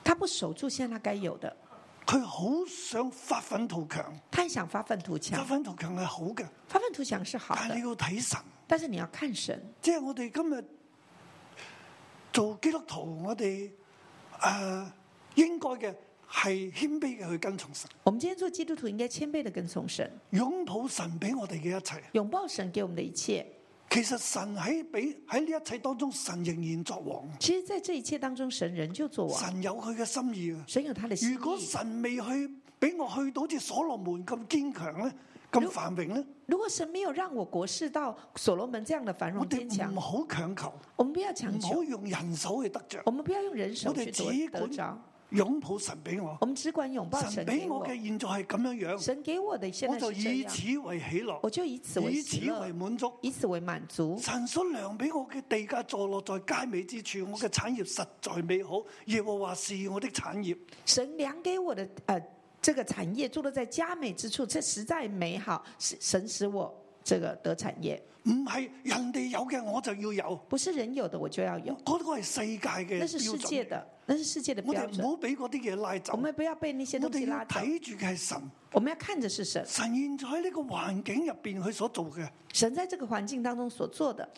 C: 他不守住現在他該有的，
B: 佢好想發奮圖強，
C: 他很想發憤圖
B: 發
C: 強。
B: 奮圖強係好嘅，
C: 發憤圖強是好
B: 但係
C: 的
B: 你，要睇神，
C: 但是你要看神。
B: 即係我哋今日做基督徒，我哋誒、呃、應該嘅係謙卑嘅去跟從神，
C: 我們今天做基督徒，應該謙卑的跟從神，
B: 擁抱神俾我哋嘅一切。
C: 擁抱神給我們的一切。
B: 其實神喺俾喺呢一切當中，神仍然作王。
C: 其實，在這一切當中，神仍舊作王，
B: 神有佢嘅心意啊！
C: 神有他的心
B: 如果
C: 意。
B: 神未去俾我去到好似所羅門咁堅強咧，咁繁榮咧，
C: 如果神沒有讓我國事到所羅門這樣的繁榮
B: 我
C: 堅
B: 哋
C: 強
B: 唔，好強求，
C: 我們不要強
B: 唔好
C: 求，哦
B: 用人手去得着，
C: 我們不要用人手
B: 我哋
C: 去
B: 只
C: 得得
B: 管
C: 着，
B: 擁抱神俾我，
C: 我們只管擁抱
B: 神
C: 哦神
B: 俾
C: 給
B: 我
C: 我。
B: 嘅現在係咁樣樣，
C: 神給我的現
B: 我
C: 在
B: 就是
C: 這
B: 以
C: 樣，
B: 此為喜樂，
C: 我就以此為
B: 以
C: 喜
B: 此為
C: 樂，
B: 滿足。
C: 以此為滿足。
B: 神所量俾我嘅地價坐落在佳美之處，我嘅產業實在美好。耶和華是我的產業，
C: 神量給我的呃這個產業，坐落在佳美之處，這實在美好。是神使我這個得產業，
B: 唔係人哋有嘅我就要有，
C: 不是人有的我就要有，
B: 嗰、個係世界嘅
C: 那是世
B: 標
C: 界
B: 準。
C: 的，那是世界的
B: 我
C: 標
B: 哋唔
C: 準。
B: 好俾嗰啲嘢拉走
C: 我。們不要被那些
B: 我
C: 東
B: 哋
C: 西拉
B: 要
C: 走，
B: 睇住嘅係神，
C: 我們要看着是神，
B: 神現在喺呢個環境入邊佢所做嘅，
C: 神在這個環境當中所做的，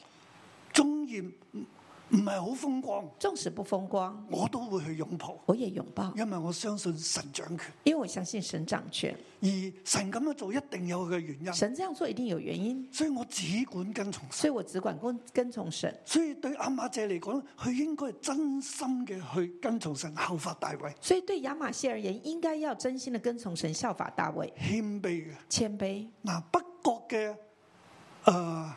B: 縱然唔唔係好風光，
C: 纵使不風光，
B: 我都會去擁抱，
C: 我也擁抱，
B: 因為我相信神掌權，
C: 因為我相信神掌權。
B: 而神咁樣做一定有佢嘅原因，
C: 神這樣做一定有原因，
B: 所以我只管跟從神。
C: 所以我只管跟跟從神。
B: 所以對阿馬謝嚟講，佢應該係真心嘅去跟從神，效法大衛，
C: 所以對亞瑪謝而言，應該要真心的跟從神，效法大衛，
B: 謙卑嘅。
C: 謙卑。
B: 嗱，北國嘅誒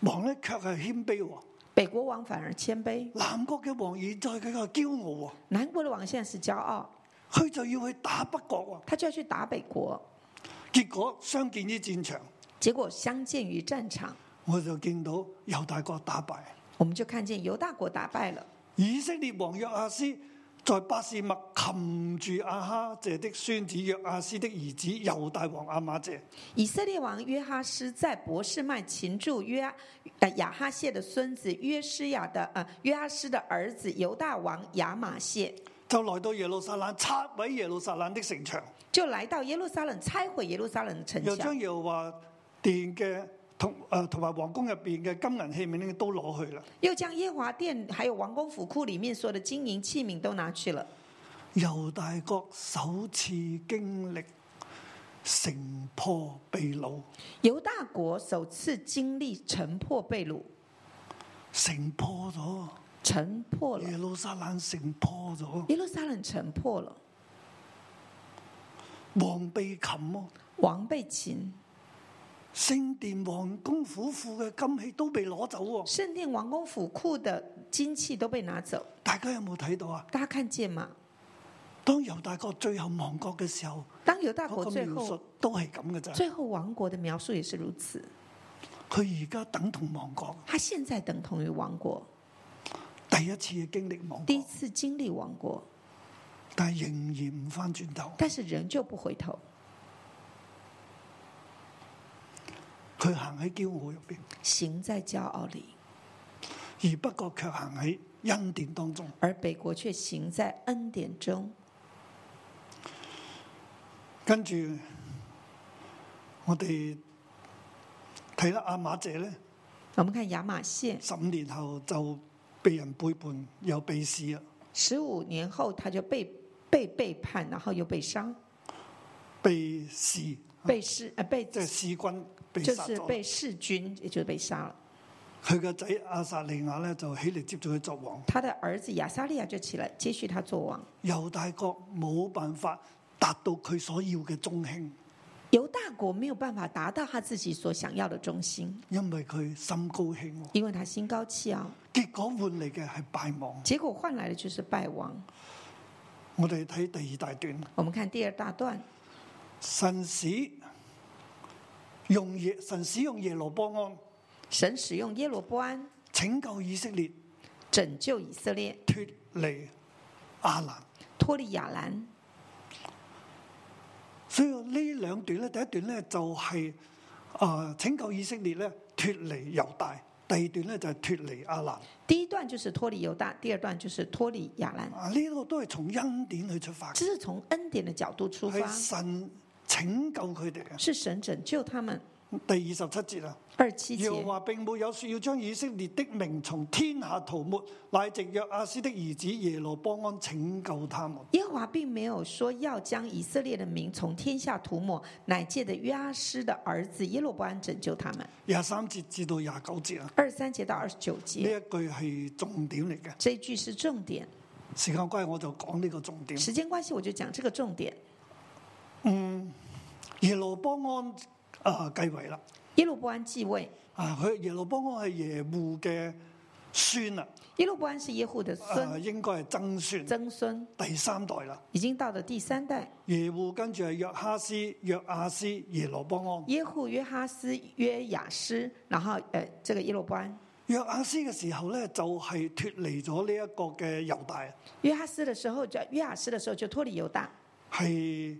B: 王咧，卻係謙卑喎；
C: 北國王反而謙卑，
B: 南國嘅王現在佢係驕傲喎。
C: 南國的王現在是驕傲，
B: 佢就要去打北國
C: 他就要去打北國。
B: 喎，結果相見於戰場，
C: 結果相見於戰場，
B: 我就見到猶大國打敗
C: 我們就看見猶大國打敗了。
B: 以色列王約阿斯，在巴士麥擒住阿哈謝的孫子約阿斯的兒子猶大王阿瑪謝，
C: 以色列王约哈斯在博士麦擒住约呃亚哈谢的孙子约施亚的呃约哈斯的儿子犹大王亚玛谢，
B: 就來到耶路撒冷，拆毀耶路撒冷的城牆，
C: 就來到耶路撒冷拆毀耶路撒冷的城
B: 又將
C: 牆，
B: 耶和華殿嘅同誒同埋皇宮入邊嘅金銀器皿呢都攞去啦。
C: 又將耶華殿還有王宮府庫裡面所有的金銀器皿都拿去了。
B: 猶大國首次經歷城破被擄。
C: 猶大國首次經歷城破被擄，
B: 城破咗，
C: 城破了
B: 耶路撒冷城破咗，
C: 耶路撒冷城破了，
B: 王被擒喎，
C: 王被擒，
B: 聖殿、王宮、府庫嘅金器都被攞走喎。
C: 聖殿王宮府庫的金器都被拿走。
B: 大家有冇睇到啊？
C: 大家看見嗎？
B: 當猶大國最後亡國嘅時候，
C: 当猶大
B: 嗰
C: 國
B: 個
C: 最
B: 描述
C: 後
B: 都係咁嘅咋。
C: 最后亡國的描述也是如此，
B: 佢而家等同亡國，
C: 他現在等同於亡國，
B: 第一次嘅經歷亡
C: 第一
B: 國，
C: 次經歷亡國，
B: 但係仍然唔翻轉頭，
C: 但是仍舊不回頭，
B: 佢行喺驕傲入邊，
C: 行在驕傲裡，
B: 而北國卻行喺恩典當中。
C: 而北国却行在恩典中。
B: 跟住我哋睇啦，阿馬姐咧，
C: 我们看亚玛谢，
B: 十五年後就被人背叛，又被弑啊，
C: 十五年后他就被被背叛，然后又被杀，
B: 被弑，
C: 被弑呃被
B: 即係弑君被
C: 就
B: 殺
C: 是
B: 咗。
C: 被弑君，也就是被杀了。
B: 佢個仔阿撒利亞咧就起嚟接住佢作王。
C: 他的儿子亚撒利亚就起来接续他做王。
B: 猶大國冇辦法達到佢所要嘅中興，
C: 犹大国没有办法达到他自己所想要的中心，
B: 因為佢心高興喎，
C: 因为他心高气傲，
B: 結果換嚟嘅係敗亡。
C: 结果换来的就是败亡。
B: 我哋睇第二大段，
C: 我们看第二大段，
B: 神使用耶神使用耶羅波安
C: 神使用耶罗波安
B: 拯救以色列
C: 拯救以色列，
B: 脱離亞蘭。
C: 脱离亚兰。
B: 所以呢兩段咧，第一段咧就係、啊拯救以色列咧脱離猶大，第二段咧就係、脱離亞蘭。
C: 第一段就是脱离犹大，第二段就是脱离亚兰，
B: 啊，呢個都係從恩典去出發嘅，
C: 这是从恩典的角度出发
B: 係，神拯救佢哋嘅。
C: 是神拯救他们。
B: 第二十七節啊，
C: 二七
B: 耶和
C: 节，
B: 華並沒有說要將以色列的名從天下塗抹，乃藉約阿斯的兒子耶羅波安拯救他們。
C: 耶和华并没有说要将以色列的名从天下涂抹，乃借的约阿施的儿子耶罗波安拯救他们。
B: 廿三節至到廿九節啊，呢
C: 二十三节到二十九
B: 一
C: 节，
B: 句係重點嚟嘅。
C: 这一句是重点。
B: 時間關係，我就講呢個重點。
C: 时间关系，我就讲这个重点。
B: 嗯耶羅波安啊繼位啦，
C: 耶罗波安继位，
B: 啊佢耶羅波安係耶戶嘅孫啊，
C: 耶罗波安是耶户的
B: 啊
C: 孙
B: 應該係曾孫
C: 曾孙，
B: 第三代啦。
C: 已经到了第三代。
B: 耶户跟住係約哈斯、約亞斯、耶羅波安。
C: 耶户、约哈斯、约雅施，然后呃，这个耶罗波安。
B: 約亞斯嘅時候咧，就係脱離咗呢一個嘅猶大，啊
C: 约哈斯的时候，叫约雅施的时候就脱离犹大。
B: 係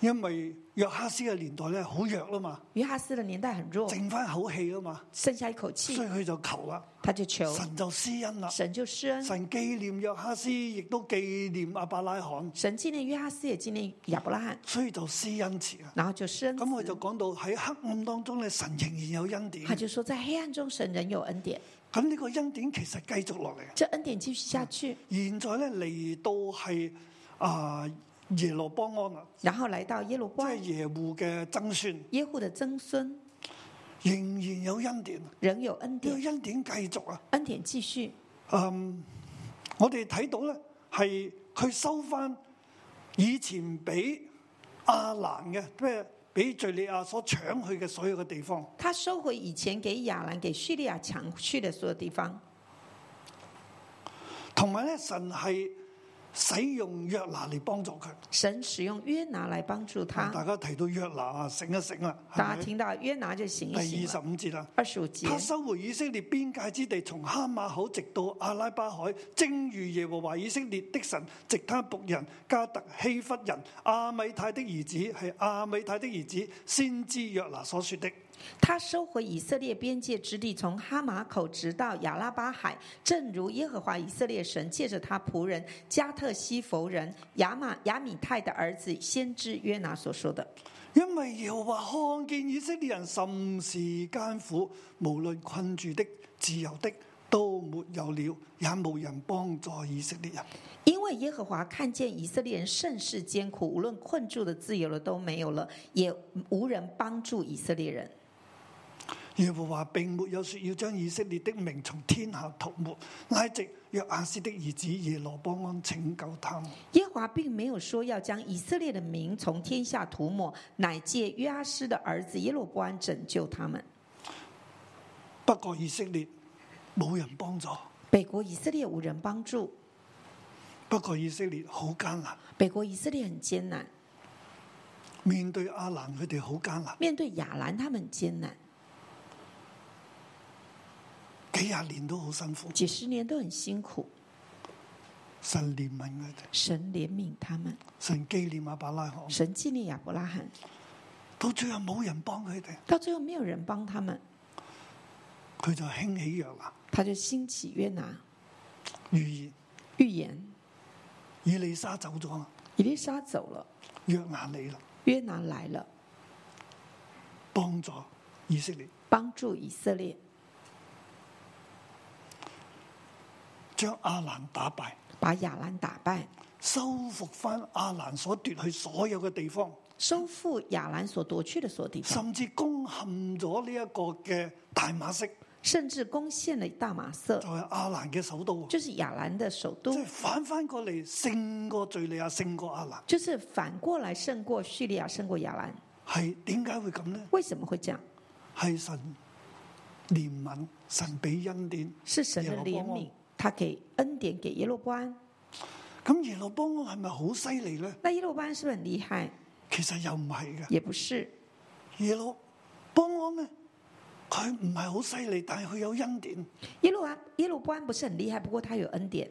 B: 因為約哈斯嘅年代咧好弱啦嘛，
C: 约哈斯的年代很弱，
B: 剩翻口氣啊嘛，
C: 剩下一口气
B: 所以，佢就求啦，
C: 他就求
B: 神就施恩啦，
C: 神就施恩。
B: 神紀念約哈斯，亦都紀念阿伯拉罕，
C: 神纪念约哈斯，也纪念亚伯拉罕，
B: 所以就施恩慈啊。
C: 然后就施恩
B: 咁佢就
C: 慈。
B: 講到喺黑暗當中咧，神仍然有恩典
C: 他。就说，在黑暗中，神仍有恩典，
B: 咁呢個恩典其實繼續落嚟。
C: 这恩典继续下去。
B: 現在咧嚟到係啊耶羅波安啊，
C: 然后来到耶罗
B: 即
C: 波
B: 係
C: 安，
B: 耶户嘅曾孫，
C: 耶户的曾孙，
B: 仍然有恩典。呢、
C: 仍有恩
B: 個
C: 典，
B: 恩典繼續啊！
C: 恩典继续。
B: 嗯，我哋睇到咧係佢收翻以前俾亞蘭嘅，即係俾敍利亞所搶去嘅所有嘅地方。
C: 他收回以前给亚兰、给叙利亚抢去的所有地方，
B: 同埋咧，神係使用約拿嚟幫助佢。
C: 神使用约拿来帮助
B: 大
C: 他。
B: 家提到約拿啊，醒一醒啦，
C: 大
B: 係
C: 家
B: 咪？
C: 听到约拿就醒
B: 第二
C: 一啊醒
B: 十
C: 了。
B: 五節啦。
C: 二十五节，
B: 他收回以色列邊界之地，從哈馬口直到阿拉巴海，正如耶和華以色列的神藉他仆人加特希弗人阿米泰的兒子係阿米泰的兒子先知約拿所說的。
C: 他收回以色列边界之地，从哈马口直到亚拉巴海，正如耶和华以色列神借着他仆人加特西弗人亚玛亚米泰的儿子先知约拿所说的。
B: 因為耶和華看見以色列人甚是艱苦，無論困住的、自由的都沒有了，也無人幫助以色列人。
C: 因为耶和华看见以色列人甚是艰苦，无论困住的、自由的都没有了，也无人帮助以色列人。
B: 耶和華並沒有說要將以色列的名從天下塗抹，拉直約亞斯的兒子耶羅波安拯救他們。
C: 耶和华并没有说要将以色列的名从天下涂抹，乃借约阿施的儿子耶罗波安拯救他们。
B: 不過以色列冇人幫助，
C: 北国以色列无人帮助，
B: 不過以色列好艱難，
C: 北国以色列很艰难，
B: 面對阿蘭佢哋好艱難，
C: 面对亚兰他们很艰难，
B: 幾廿年都好辛苦。
C: 几十年都很辛苦。
B: 神憐憫佢哋，
C: 神怜悯他们，
B: 神紀念阿伯拉罕，
C: 神纪念亚伯拉罕，
B: 到最後冇人幫佢哋，
C: 到最后没有人帮他们，
B: 佢就興起約拿，
C: 他就兴起约拿，
B: 預言，
C: 预言，
B: 以利沙走咗啦，
C: 以利沙走了，
B: 約拿嚟啦，
C: 约拿来了，
B: 幫助以色列，
C: 帮助以色列，
B: 將亞蘭打敗，
C: 把亚兰打败，
B: 收復翻亞蘭所奪去所有嘅地方，
C: 收复亚兰所夺去的所有地方，
B: 甚至攻陷咗呢一個嘅大馬色，
C: 甚至攻陷了大马
B: 就
C: 色，
B: 係亞蘭嘅首都，即
C: 就是亚兰的首都，
B: 係反翻過嚟勝過敍利亞，勝過亞蘭，
C: 就是反过来胜过叙利亚，胜过亚兰。
B: 係點解會咁呢？
C: 为什么会这样？
B: 係神憐憫，神俾恩典。
C: 是神的
B: 耶
C: 怜
B: 罗波安
C: 悯，他给恩典给耶路波安。
B: 咁耶路波安係咪好犀利呢？
C: 那耶路波安是不是很厉害？
B: 其實又唔係嘅。
C: 也不是，
B: 耶路波安呢，佢唔係好犀利，但係佢有恩典。
C: 耶路安耶路波安不是很厉害，不过他有恩典。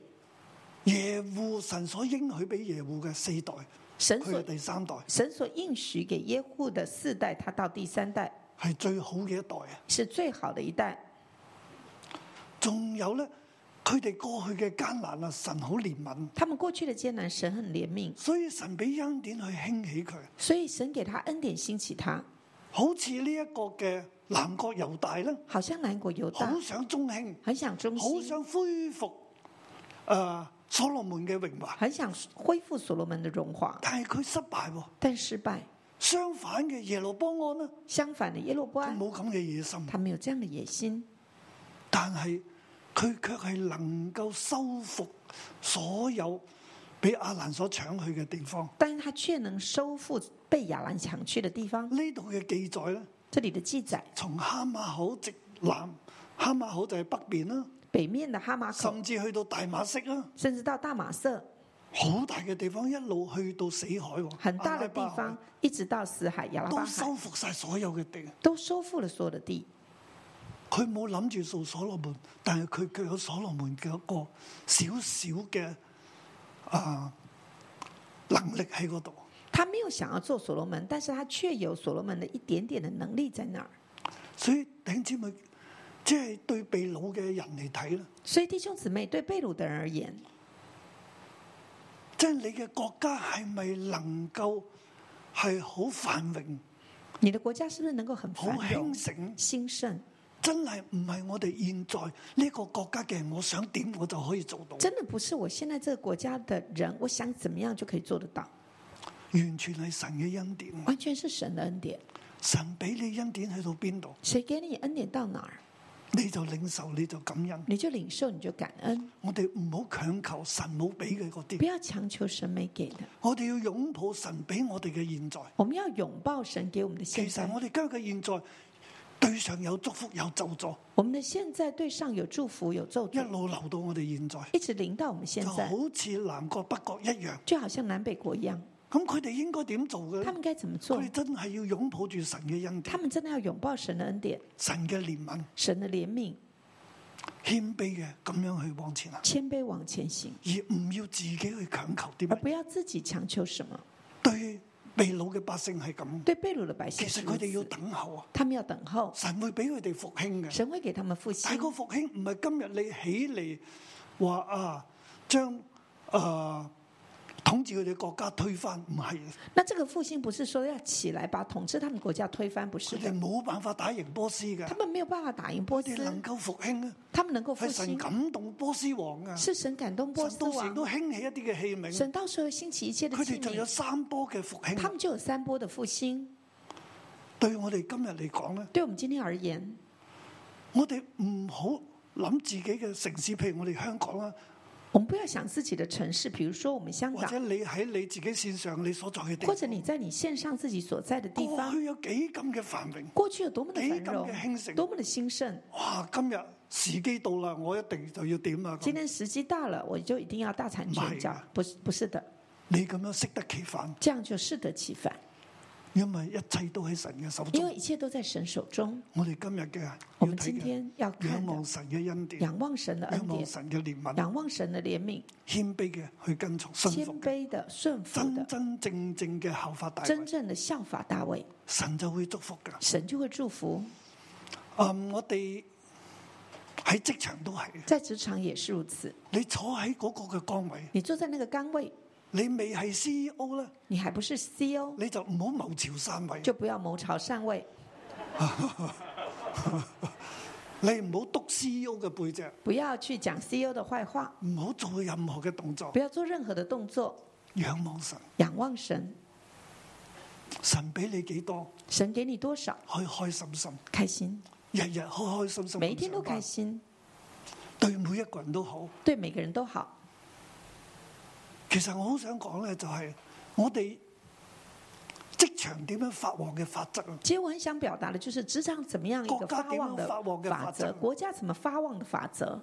B: 耶户神所應許俾耶户嘅四代，
C: 神
B: 佢
C: 所
B: 嘅第三代
C: 神所应许给耶户的四代，他到第三代
B: 係最好嘅一代啊！
C: 是最好的一代。
B: 仲有呢，佢哋過去嘅艱難啊，神好憐憫，
C: 他们过去的艰难，神很怜悯，
B: 所以神俾恩典去興起佢。
C: 所以神给他恩典兴起他，
B: 好似呢一個嘅南國猶大呢，
C: 好像南国犹大
B: 好想中興，
C: 很想中
B: 好
C: 心，
B: 想恢復诶、呃所羅門嘅榮華，
C: 很想恢复所罗门的荣华，
B: 但係佢失敗喎。
C: 但失败。
B: 相反嘅耶路波安呢，
C: 相反的，耶路波
B: 佢
C: 安
B: 冇咁嘅野心。
C: 他没有这样的野心，
B: 但係佢卻係能夠收復所有俾阿蘭所搶去嘅地方。
C: 但是他却能收复被亚兰抢去的地方。
B: 呢度嘅記載咧，
C: 这里的记载，
B: 從哈馬口直南，哈馬口就係北邊啦，
C: 北面的哈马口，
B: 甚至去到大馬色啦，
C: 甚至到大马色，
B: 好大嘅地方，一路去到死海喎，
C: 很大的
B: 阿拉
C: 地
B: 巴海
C: 方，一直到死海、亚拉巴
B: 都收
C: 海，
B: 復晒所有嘅地。
C: 都收复了所有的地。
B: 佢冇諗住做所羅門，但係佢卻有所羅門嘅一個少少嘅啊能力喺嗰度。
C: 他没有想要做所罗门，但是他却有所罗门的一点点的能力在那儿。
B: 所以弟兄姊妹，即係對被掳嘅人嚟睇咧，
C: 所以弟兄姊妹，对被掳的人而言，
B: 即係你嘅國家係咪能夠係好繁榮、
C: 你的国家是不是能够很
B: 好
C: 繁荣
B: 興、盛？
C: 兴盛？
B: 真係唔係我哋現在呢個國家嘅人，我想點我就可以做到，
C: 真的不是我现在这个国家的人，我想怎么样就可以做得到，
B: 完全係神嘅恩典。
C: 完全是神的恩典。
B: 神俾你恩典去到邊度，
C: 谁给你恩典到哪儿，
B: 你就領受，你就感恩。
C: 你就领受，你就感恩，
B: 我哋唔好強求神冇俾嘅嗰
C: 不
B: 啲，
C: 要强求神没给的。
B: 我哋要擁抱神俾我哋嘅現在。
C: 我们要拥抱神给我们的现
B: 其實
C: 在，
B: 我哋今日嘅現在，對上有祝福有咒詛。
C: 我们的现在对上有祝福，有咒
B: 一
C: 诅，
B: 路流到我哋現在，
C: 一直临到我们现
B: 就
C: 在，
B: 好似南國北國一樣。
C: 就好像南北国一样。
B: 咁佢哋應該點做嘅咧？
C: 他们该怎么做
B: 佢哋？真係要擁抱住神嘅恩
C: 他
B: 典、
C: 们真的要拥抱神的恩典、
B: 神嘅憐憫、
C: 神的怜悯，
B: 謙卑嘅咁樣去往前行，
C: 谦卑往前行，
B: 而唔要自己去強求啲乜。
C: 而不要自己强求什么。
B: 對被擄嘅百姓係咁，
C: 对被掳的百姓
B: 其
C: 是
B: 實
C: 如此，
B: 佢哋要等候啊，
C: 他们要等候，
B: 神會俾佢哋復興嘅。
C: 神会给他们复
B: 但
C: 兴
B: 係。個復興唔係今日你起嚟話啊，將啊、統治佢哋國家推翻，唔係嘅
C: 那这个复兴不是说要起来把统治他们国家推翻，不是
B: 佢
C: 的
B: 哋。冇辦法打贏波斯嘅
C: 他。们没有办法打赢波
B: 佢
C: 斯
B: 哋，能夠復興啊！
C: 他们能够复
B: 係神
C: 兴，
B: 感動波斯王啊！神
C: 是神感动波斯
B: 到時
C: 王。
B: 都興起一啲嘅器皿，
C: 神到时候兴起一切的
B: 佢哋
C: 器
B: 就有
C: 皿，
B: 三波嘅復
C: 他
B: 興。
C: 们就有三波的复兴。
B: 對我哋今日嚟講咧，
C: 对我们今天而言，
B: 我哋唔好諗自己嘅城市，譬如我哋香港啦，
C: 我们不要想自己的城市，比如说我们香
B: 或者
C: 港，
B: 你喺你自己線上你所在嘅地方，
C: 或者你在你线上自己所在的地
B: 過
C: 方，
B: 去有幾咁嘅繁榮，
C: 过去有多么的繁
B: 几咁
C: 荣
B: 嘅兴，盛
C: 多么的兴盛。
B: 哇！今日時機到啦，我一定就要點啊！
C: 今
B: 咁
C: 天时机到了，我就一定要大展拳
B: 唔係
C: 脚
B: 啊。
C: 不是不是的，
B: 你咁樣適得其反，
C: 这样就适得其反，
B: 因為一切都喺神嘅手
C: 因为
B: 中。
C: 一切都在神手中。
B: 我哋今日嘅要
C: 我们今
B: 睇
C: 天要
B: 嘅，仰
C: 看
B: 嗯望
C: 的，
B: 神嘅恩典，
C: 仰望神的恩
B: 仰望
C: 典，
B: 神嘅憐憫。
C: 仰望神的怜悯，
B: 谦卑嘅去跟從信
C: 谦
B: 服嘅，
C: 卑的、顺服
B: 真
C: 的，
B: 真正正嘅效法大
C: 真
B: 衛，
C: 正的效法大卫，
B: 神就會祝福嘅。
C: 神就会祝福。
B: 嗯，我哋喺職場都係，
C: 在职场也是如此。
B: 你坐喺嗰個嘅崗位，
C: 你坐在那个岗位，
B: 你未係 CEO 咧，
C: 你还不是 CEO，
B: 你就唔好謀朝篡位，
C: 就不要谋朝篡位，
B: 你唔好督 CEO 嘅背脊，
C: 不要去讲 CEO 的坏话，
B: 唔好做任何嘅動作
C: 不，要做任何的动作。
B: 仰望神，
C: 仰望神，
B: 神俾你幾多，
C: 神给你多少，
B: 開開心心，
C: 开心，
B: 日日開開心心，
C: 每一天都开，心，
B: 對每一個人都好。
C: 对每个人都好。
B: 其實我好想講咧，就係我哋職場點樣發旺嘅法則啊！
C: 其实我很想表达的就是职场怎么样一
B: 国
C: 个
B: 家
C: 发
B: 怎
C: 旺
B: 样发旺
C: 的
B: 嘅
C: 法
B: 法
C: 则，
B: 则
C: 国家怎么发旺的法则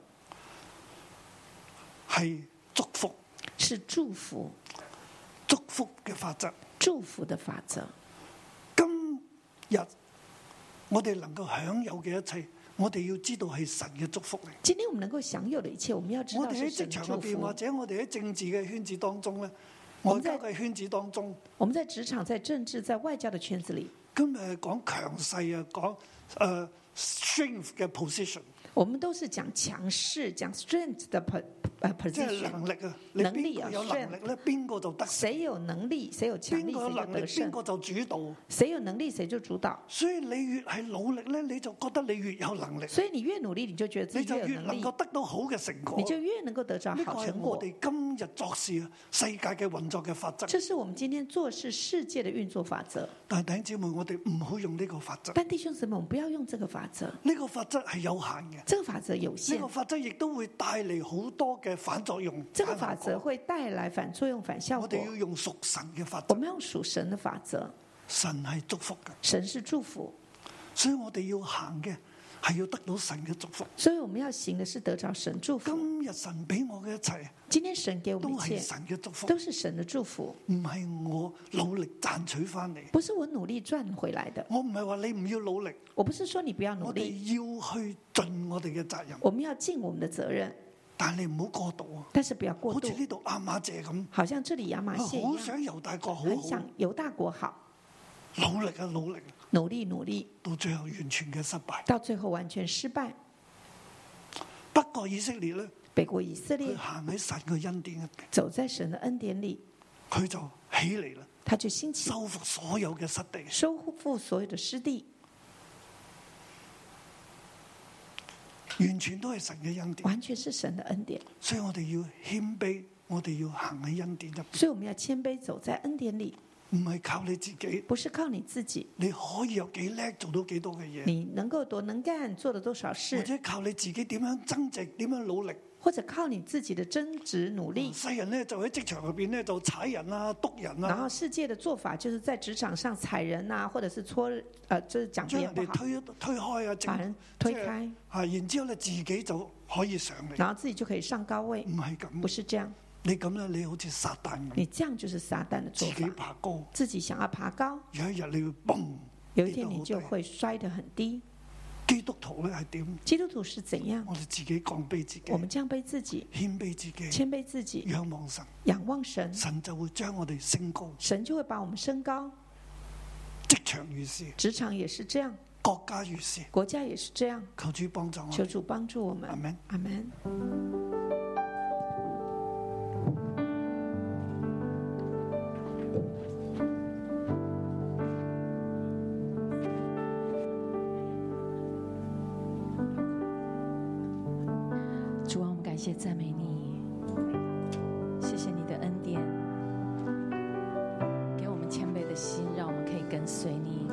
B: 係祝福
C: 是祝福，
B: 祝福嘅法則。
C: 祝福的法则。
B: 今日我哋能夠享有嘅一切，我哋要知道係神嘅祝福嚟。
C: 今天我们能够享有的一切，我们要知
B: 我
C: 道
B: 哋
C: 是
B: 喺
C: 神
B: 職
C: 的
B: 場
C: 祝
B: 入邊，
C: 福
B: 或。者我哋喺政治嘅圈子當中咧，
C: 我
B: 外
C: 哋
B: 交嘅圈子當中，
C: 我们在职场、在政治、在外交的圈子里，
B: 今日講強勢啊，講誒、呃 strength 嘅 position，
C: 我们都是讲強勢、讲 strength 的 po- 呃
B: 即係能
C: position。
B: 力啊。你
C: 能力
B: 邊
C: 啊
B: 個有能力咧，邊個就得勝。
C: 谁有能力，谁有强
B: 邊
C: 力，
B: 個有能
C: 谁就
B: 力，
C: 得
B: 邊
C: 胜。
B: 個就主導。
C: 谁有能力，谁就主导。
B: 所以你越係努力咧，你就覺得你越有能力，
C: 所以你越努力，你就觉得自
B: 你
C: 己
B: 就
C: 越有
B: 越
C: 能
B: 能
C: 力，
B: 夠得到好嘅成果
C: 你。就越能够得到
B: 呢個
C: 好
B: 係
C: 成
B: 我
C: 果。
B: 哋今日作事啊世界嘅運作嘅法 則。
C: 这是我们今天做事世界的运作法则。
B: 但係弟兄姊妹，我哋唔好用呢個法則。
C: 但弟兄姊妹，我们不要用这个法则，
B: 呢個法則係有限嘅，
C: 这个法则有
B: 呢
C: 限
B: 個，法則亦都會帶嚟好多嘅反作用。
C: 这个法则
B: 反效
C: 会带来反作用、反效
B: 果我哋要
C: 果。
B: 用屬神嘅法
C: 我
B: 則，
C: 们要属神的法则，
B: 神係祝福嘅，
C: 神是祝福，
B: 所以我哋要行嘅係要得到神嘅祝福。
C: 所以我们要行的是得着神祝福。
B: 今日神俾我嘅一切
C: 今天神给我
B: 都
C: 们一
B: 係
C: 切
B: 神嘅祝福，
C: 都是神的祝福，
B: 唔係我努力賺取翻嚟。
C: 不是我努力赚回来的。
B: 我唔係話你唔要努力，
C: 我不是说你不要努
B: 我
C: 力，
B: 哋要去盡我哋嘅責任，
C: 我们要尽我们的责任，
B: 但係你唔好過度啊。
C: 但是不要过
B: 好
C: 度
B: 似。呢度阿馬姐咁，
C: 好像这里亚马逊
B: 好
C: 一样，
B: 想由大哦國好
C: 很
B: 好
C: 想犹大国好，
B: 努力啊努力啊，
C: 努力努力，
B: 到最後完全嘅失敗。
C: 到最后完全失败。
B: 不過以色列咧，
C: 北国以色
B: 佢
C: 列
B: 行喺神嘅恩典入邊，
C: 走在神的恩典里，
B: 佢就起嚟啦，
C: 他就兴起
B: 收復所有嘅失地。
C: 收复所有的失地，
B: 完全都係神嘅恩典。
C: 完全是神的恩典。
B: 所以我哋要謙卑，我哋要行喺恩典入邊，
C: 所以我们要谦卑走在恩典里，
B: 唔係靠你自己。
C: 不是靠你自己，
B: 你可以有幾叻，做到幾多嘅嘢，
C: 你能够多能干，做了多少
B: 或
C: 事，
B: 者靠你自己點樣增值、點樣努力。啊
C: 或者靠你自己的争执努力。
B: 世人咧就喺職場入邊咧就踩人啊、督人
C: 然
B: 啊，
C: 后世界嗯的做法就是在职场上踩人呐、或者是搓，呃，就是讲别
B: 將
C: 人
B: 人
C: 不
B: 哋
C: 好，
B: 推推開啊，
C: 把
B: 整
C: 人推开，
B: 啊，然之後咧自己就可以上嚟，
C: 然后自己就可以上高位。
B: 唔係咁。
C: 不是这样，
B: 你咁咧，你好似撒旦咁，
C: 你这样就是撒旦的
B: 自
C: 做
B: 己
C: 法。
B: 爬高，
C: 自己想要爬高，
B: 有一日你會嘣
C: 有一
B: 跌
C: 天
B: 到
C: 你
B: 好
C: 就
B: 低。
C: 会摔得很低。
B: 基督徒咧係點？
C: 基督徒是怎样？
B: 我哋自己降卑自己，
C: 我们降卑自己，
B: 謙卑自己，
C: 谦卑自己，
B: 仰望神，
C: 仰望神，
B: 神就會將我哋升高。
C: 神就会把我们升高。
B: 職場如是，
C: 职场也是这样，
B: 國家如是，
C: 国家也是这样。
B: 求主幫助我
C: 求
B: 哋。
C: 主帮助我们，
B: 阿门
C: 阿门。
D: 主啊，我们感谢赞美你，谢谢你的恩典，给我们谦卑的心，让我们可以跟随你。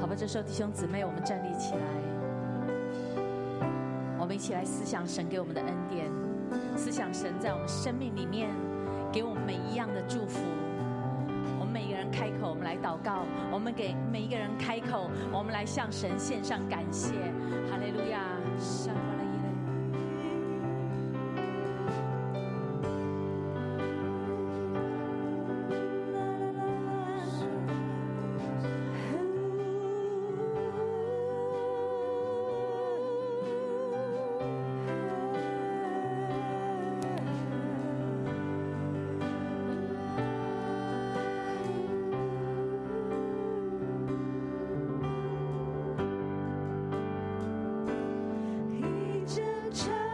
D: 好吧，这时候弟兄姊妹，我们站立起来，我们一起来思想神给我们的恩典，思想神在我们生命里面给我们每一样的祝福。我们每一个人开口，我们来祷告；我们给每一个人开口，我们来向神献上感谢。哈利路亚！上巴勒耶路
E: 一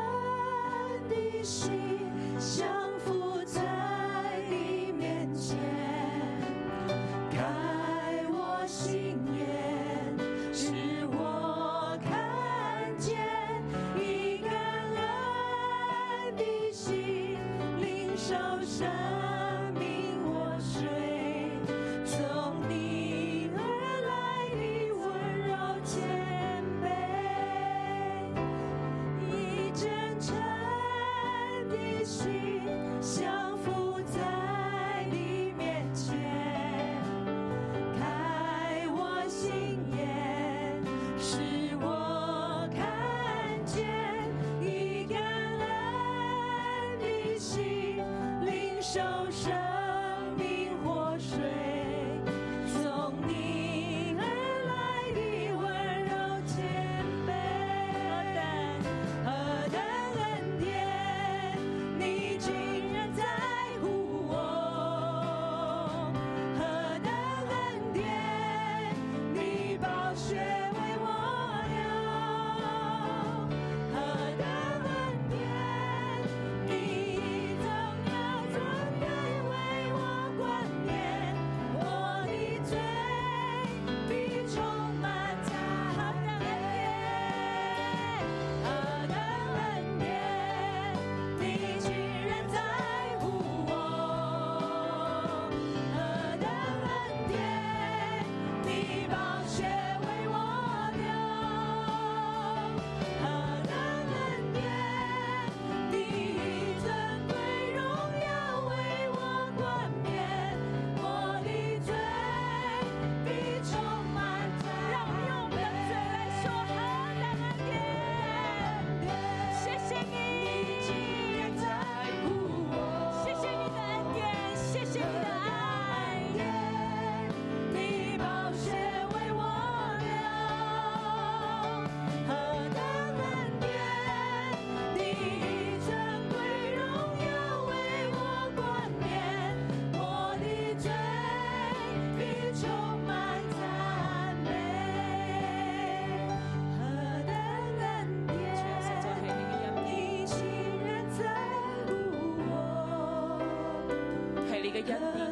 E: 啊恩典，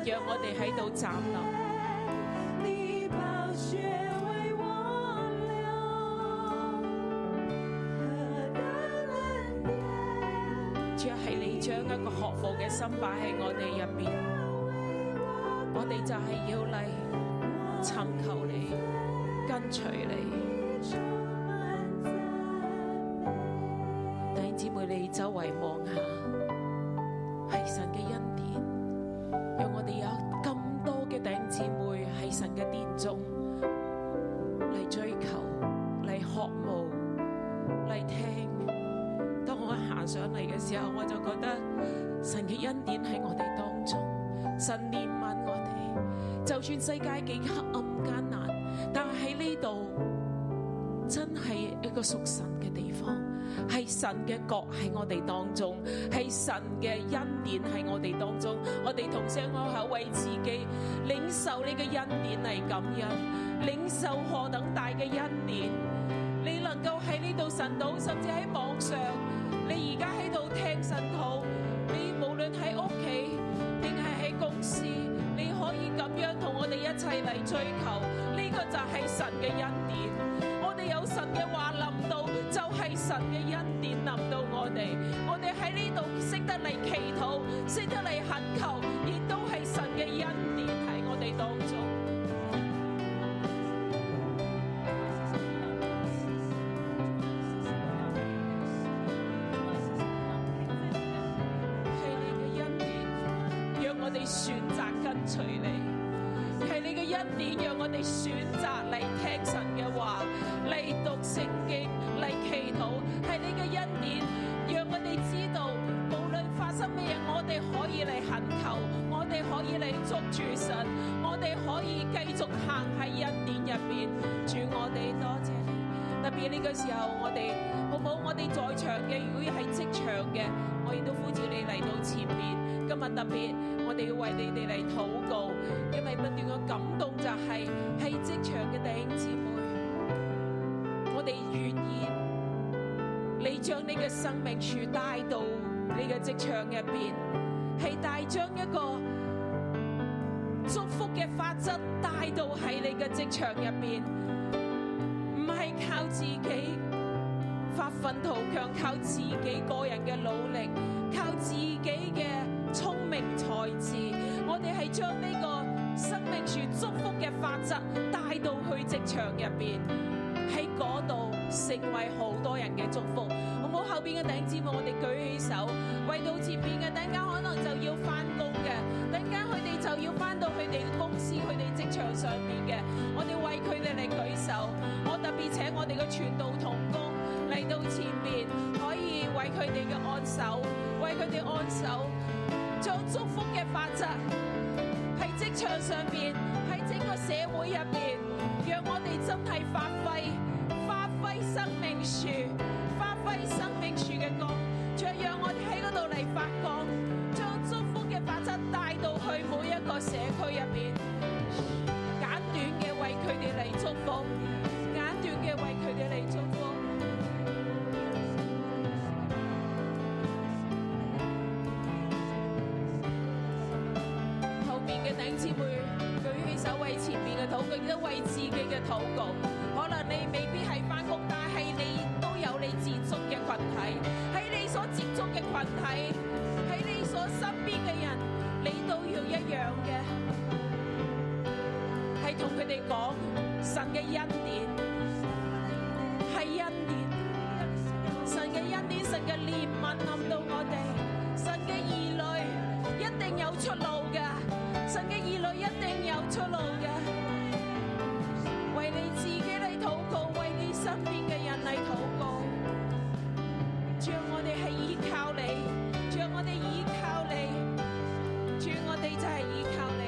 E: 让我哋喺度站立。
F: 你宝血为我流，何等恩典！
E: 主要係你將一個學父嘅心擺喺我哋入邊，我哋就係要嚟尋求你，跟隨你。
F: 你充满赞
E: 弟兄姊妹，你周圍望下，係神嘅恩典，讓我哋有咁多嘅弟兄姊妹喺神嘅殿中嚟追求、嚟渴慕、嚟聽。當我行上嚟嘅時候，我就覺得。神嘅恩典喺我哋當中，神憐憫我哋。就算世界幾黑暗艱難，但係喺呢度真係一個屬神嘅地方，係神嘅國喺我哋當中，係神嘅恩典喺我哋當中。我哋同聲開口為自己領受你嘅恩典嚟感恩，領受何等大嘅恩典。你能夠喺呢度神道，甚至喺網上，你而家喺度聽神道，你無論喺屋企定係喺公司，你可以咁樣同我哋一齊嚟追求，呢、個就係神嘅恩典。我哋有神嘅話臨到，就係、神嘅恩典臨到我哋。我哋喺呢度識得嚟祈禱，識得嚟懇求，亦都係神嘅恩典喺我哋當中。係你嘅恩典，讓我哋選擇跟隨你；係你嘅恩典，讓我哋選擇嚟聽神嘅話，嚟讀聖經，嚟祈禱；係你嘅恩典，讓我哋知道，無論發生咩嘢，我哋可以嚟懇求，我哋可以嚟捉住神，我哋可以繼續行喺恩典入邊。主，我哋多謝你。特別呢個時候，我哋好唔好？我哋在場嘅，如果係職場嘅，我亦都呼召你嚟到前面。今日特別，我哋要為你哋嚟禱告，因為不斷嘅感動就係喺職場嘅弟兄姊妹，我哋願意你將你嘅生命樹帶到你嘅職場入邊，係帶將一個。祝福嘅法則帶到喺你嘅職場入邊，唔係靠自己發奮圖強，靠自己個人嘅努力，靠自己嘅聰明才智，我哋係將呢個生命樹祝福嘅法則帶到去職場入邊，喺嗰度成為好多人嘅祝福。好冇後邊嘅弟兄姊妹，我哋舉起手，為到前邊嘅，等間可能就要翻工嘅，等間佢哋就要翻到佢哋公司、佢哋職場上面嘅，我哋為佢哋嚟舉手。我特別請我哋嘅傳道同工嚟到前面，可以為佢哋嘅按手，為佢哋按手，將祝福嘅法則喺職場上邊，喺整個社會入邊，讓我哋真係發揮發揮生命樹，發揮生命樹嘅光，再讓我哋喺嗰度嚟發光，將祝福嘅法則帶到去每一個社區入邊，簡短嘅為佢哋嚟祝福，簡短嘅為佢哋嚟祝福。後面嘅弟兄姊妹舉起手為前面嘅禱告，亦都為自己嘅禱告。可能你未必係翻工，但係你都有你接觸嘅群體，喺你所接觸嘅群體，喺你所身邊嘅人，你都要一樣嘅，係同佢哋講神嘅恩典，係恩典。神嘅恩典、神嘅憐憫臨到我哋，神嘅兒女一定有出路嘅，神嘅兒女一定有出路嘅。為你自己嚟禱告，為你身邊嘅人嚟禱告。主，我哋係依靠你，主，我哋依靠你，主，我哋就係依靠你。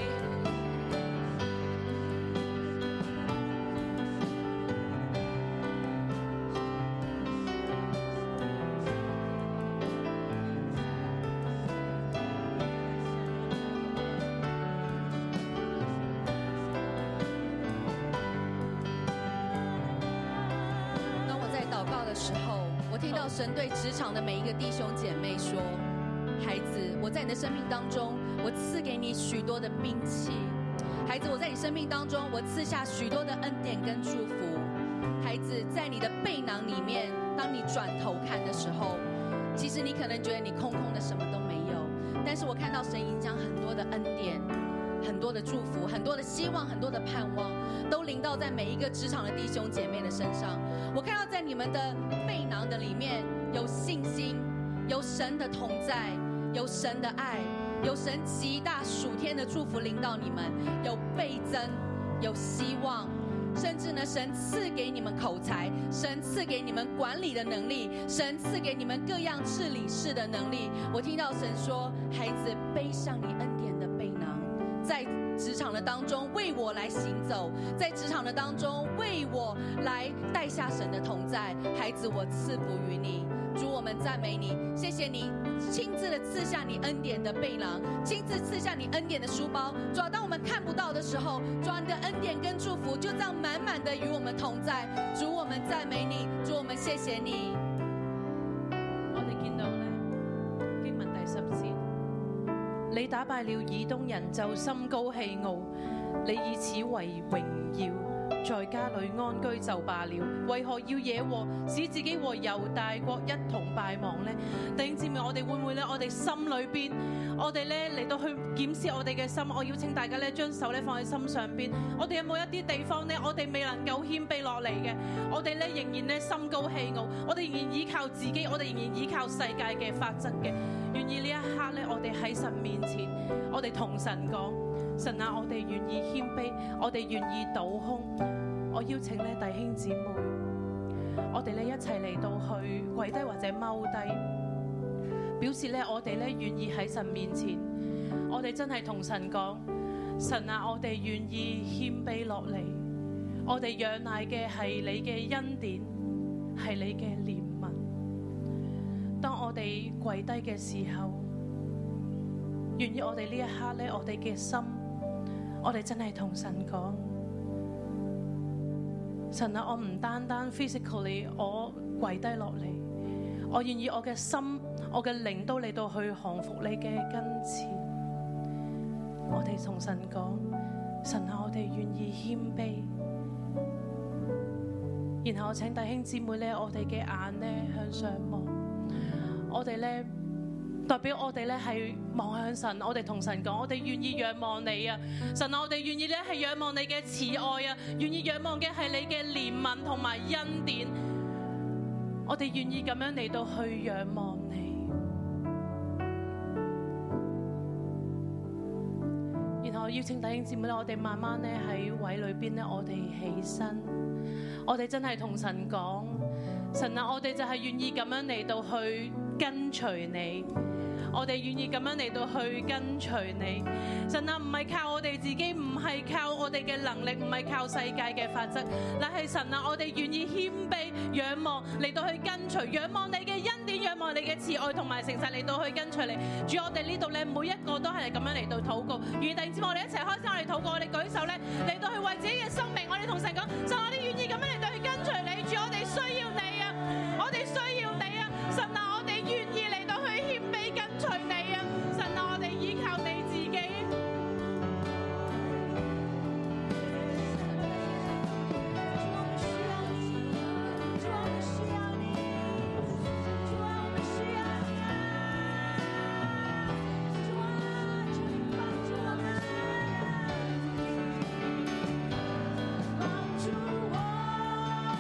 G: 当我在祷告的时候，我听到神对职场的每一个弟兄姐妹说：“孩子，我在你的生命当中，我我赐给你许多的兵器。孩子，我在你生命当中，我赐下许多的恩典跟祝福。孩子，在你的背囊里面，当你转头看的时候，其实你可能觉得你空空的，什么都没有。但是我看到神已经将很多的恩典、很多的祝福、很多的希望、很多的盼望，都临到在每一个职场的弟兄姐妹的身上。我看到在你们的背囊的里面有信心，有神的同在，有神的爱，有神极大属天的祝福领导你们，有倍增，有希望。甚至呢，神赐给你们口才，神赐给你们管理的能力，神赐给你们各样治理事的能力。我听到神说：“孩子，背上你恩典的背囊，在职场的当中为我来行走，在职场的当中为我来带下神的同在。孩子，我赐福于你。”主，我们赞美你，谢谢你亲自的赐下你恩典的背囊，亲自赐下你恩典的书包。主啊，当我们看不到的时候，主啊，你的恩典跟祝福就这样满满的与我们同在。主，我们赞美你，主，我们谢谢你。
H: 我哋見到咧經文第十節，你打敗了以東人，就心高氣傲，你以此為榮耀，在家裏安居就罷了，為何要惹禍，使自己和猶大國一同敗亡呢？弟兄姊妹，我哋會唔會咧？我哋心裏邊，我哋咧嚟到去檢視我哋嘅心，我邀請大家咧將手咧放喺心上邊，我哋有冇一啲地方咧，我哋未能夠謙卑落嚟嘅？我哋咧仍然咧心高氣傲，我哋仍然依靠自己，我哋仍然依靠世界嘅法則嘅。願意呢一刻咧，我哋喺神面前，我哋同神講：神啊，我哋願意謙卑，我哋願意倒空。我邀請咧弟兄姊妹，我哋咧一齊嚟到去跪低或者踎低，表示咧我哋咧願意喺神面前，我哋真係同神講：神啊，我哋願意謙卑落嚟。我哋仰賴嘅係你嘅恩典，係你嘅憐憫。當我哋跪低嘅時候，願意我哋呢一刻咧，我哋嘅心，我哋真係同神講：神啊，我唔單單 physically 我跪低落嚟，我願意我嘅心、我嘅靈都嚟到去降服你嘅根前。我哋同神講：神啊，我哋願意謙卑。然後我請弟兄姊妹咧，我哋嘅眼咧向上望，我哋咧代表我哋咧係望向神，我哋同神講，我哋願意仰望你啊，神啊，我哋願意咧係仰望你嘅慈愛啊，願意仰望嘅係你嘅憐憫同埋恩典，我哋願意咁樣嚟到去仰望你。然後邀請弟兄姊妹咧，我哋慢慢咧喺位裏邊咧，我哋起身。我哋真係同神講，神啊，我哋就係願意咁樣嚟到去跟隨你。我哋願意咁樣嚟到去跟隨你，神啊，唔係靠我哋自己，唔係靠我哋嘅能力，唔係靠世界嘅法則，但係神啊，我哋願意謙卑仰望嚟到去跟隨，仰望你嘅恩典，仰望你嘅慈愛同埋誠實嚟到去跟隨你。主，我哋呢度咧，每一個都係咁樣嚟到禱告。與弟兄姊妹我哋一齊開心，我哋禱告，我哋舉手咧嚟到去為自己嘅生命，我哋同神講，神，我哋願意咁樣嚟到去跟隨你，主，我哋需要你啊，我哋需要你啊，神啊，我哋願意嚟到去謙卑跟隨你啊，神啊，我哋依靠你自己。
F: 主啊，我们需要你，主啊，我们需要你，主啊，求你帮助我们，帮助我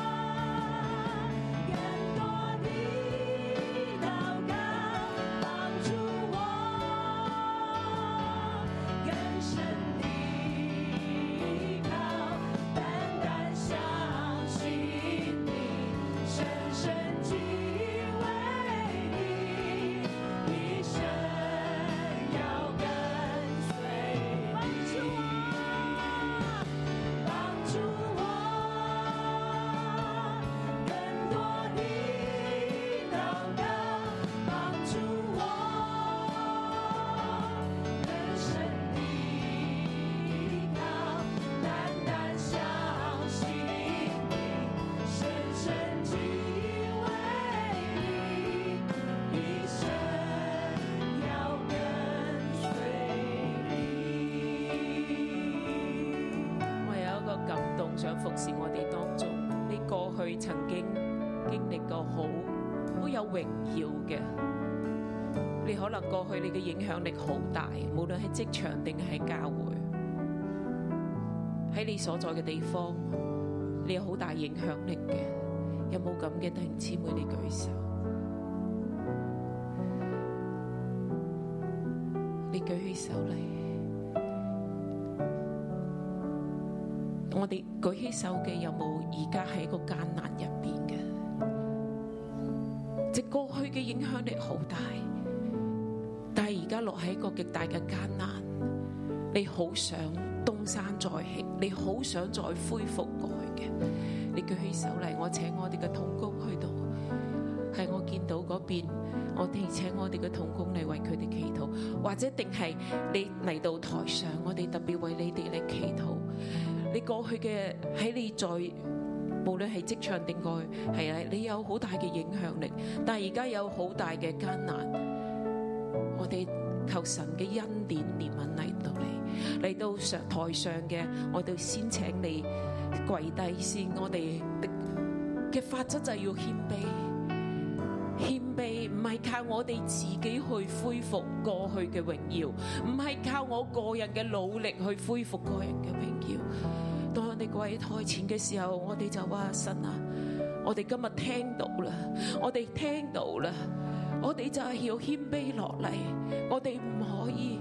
E: 哋曾經經歷過好好有榮耀嘅。你可能過去你嘅影響力好大，無論喺職場定係教會，喺你所在嘅地方，你有好大影響力嘅。有冇咁嘅弟兄姊妹？你舉手，你舉起手嚟。我哋舉起手嘅有冇而家喺個艱難入邊嘅？即係過去嘅影響力好大，但係而家落喺一個極大嘅艱難，你好想東山再起，你好想再恢復過去嘅，你舉起手嚟，我請我哋嘅童工去到，係我見到嗰邊，我哋請我哋嘅童工嚟為佢哋祈禱，或者定係你嚟到台上，我哋特別為你哋嚟祈禱。你過去嘅喺你在，無論係職場定過去，係啊，你有好大嘅影響力，但係而家有好大嘅艱難，我哋求神嘅恩典憐憫嚟到你，嚟到上台上嘅，我哋先請你跪低先，我哋嘅法則就係要謙卑。謙卑唔係靠我哋自己去恢復過去嘅榮耀，唔係靠我個人嘅努力去恢復個人嘅榮耀。當我哋跪喺台前嘅時候，我哋就話神啊，我哋今日聽到啦，我哋聽到啦，我哋就係要謙卑落嚟，我哋唔可以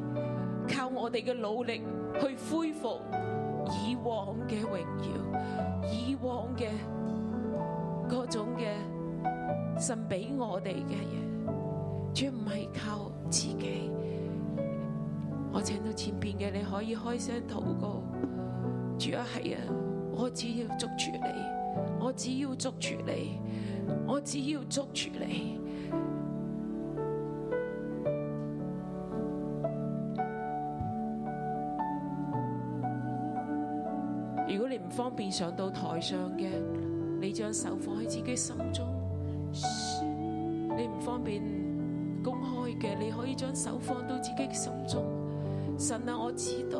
E: 靠我哋嘅努力去恢復以往嘅榮耀，以往嘅嗰種嘅。神俾我哋嘅嘢，絕唔係靠自己。我請到前邊嘅，你可以開聲禱告。主啊，係啊，我只要捉住你，我只要捉住你，我只要捉住你。如果你唔方便上到台上嘅，你將手放喺自己心中。你唔方便公開嘅，你可以將手放到自己嘅心中。神啊，我知道，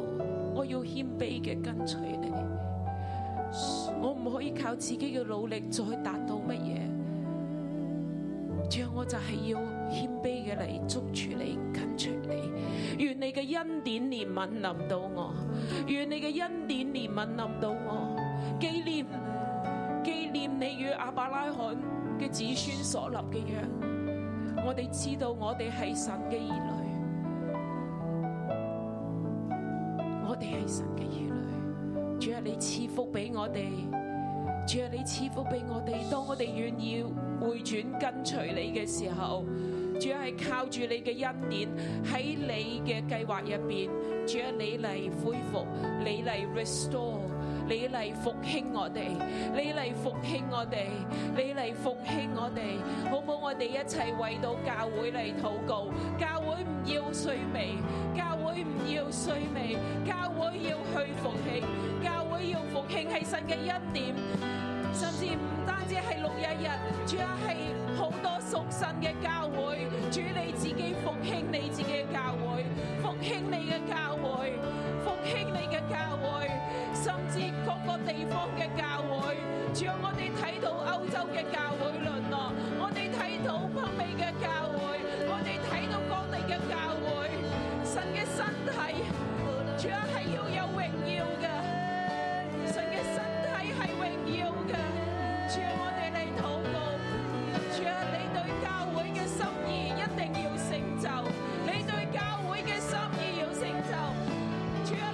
E: 我要謙卑嘅跟隨你。我唔可以靠自己嘅努力再達到乜嘢，主啊，我就係要謙卑嘅嚟捉住你，跟隨你。願你嘅恩典憐憫臨到我，願你嘅恩典憐憫臨到我，紀念紀念你與亞伯拉罕嘅子孫所立嘅約，我哋知道我哋係神嘅兒女，我哋係神嘅兒女。主啊，你賜福俾我哋，主啊，你賜福俾我哋。當我哋願意回轉跟隨你嘅時候，主要係靠住你嘅恩典喺你嘅計劃入邊，主啊，你嚟恢復，你嚟 restore，你嚟復興我哋，你嚟復興我哋，你嚟復興我哋，好唔好？我哋一齊為到教會嚟禱告，教會唔要衰微，教會唔要衰微，教會要去復興，教會要復興係神嘅恩典。甚至唔單止係六一日，主要係好多屬神嘅教會，主你自己復興你自己嘅教會，復興你嘅教會，復興你嘅教會，甚至各個地方嘅教會，主要我哋睇到歐洲嘅教會淪落，我哋睇到北美嘅教會，我哋睇到各地嘅教會，神嘅身體，主要係要有榮耀嘅。神嘅身體係榮耀嘅，主啊，我哋嚟禱告，主啊，你對教會嘅心意一定要成就，你對教會嘅心意要成就，主啊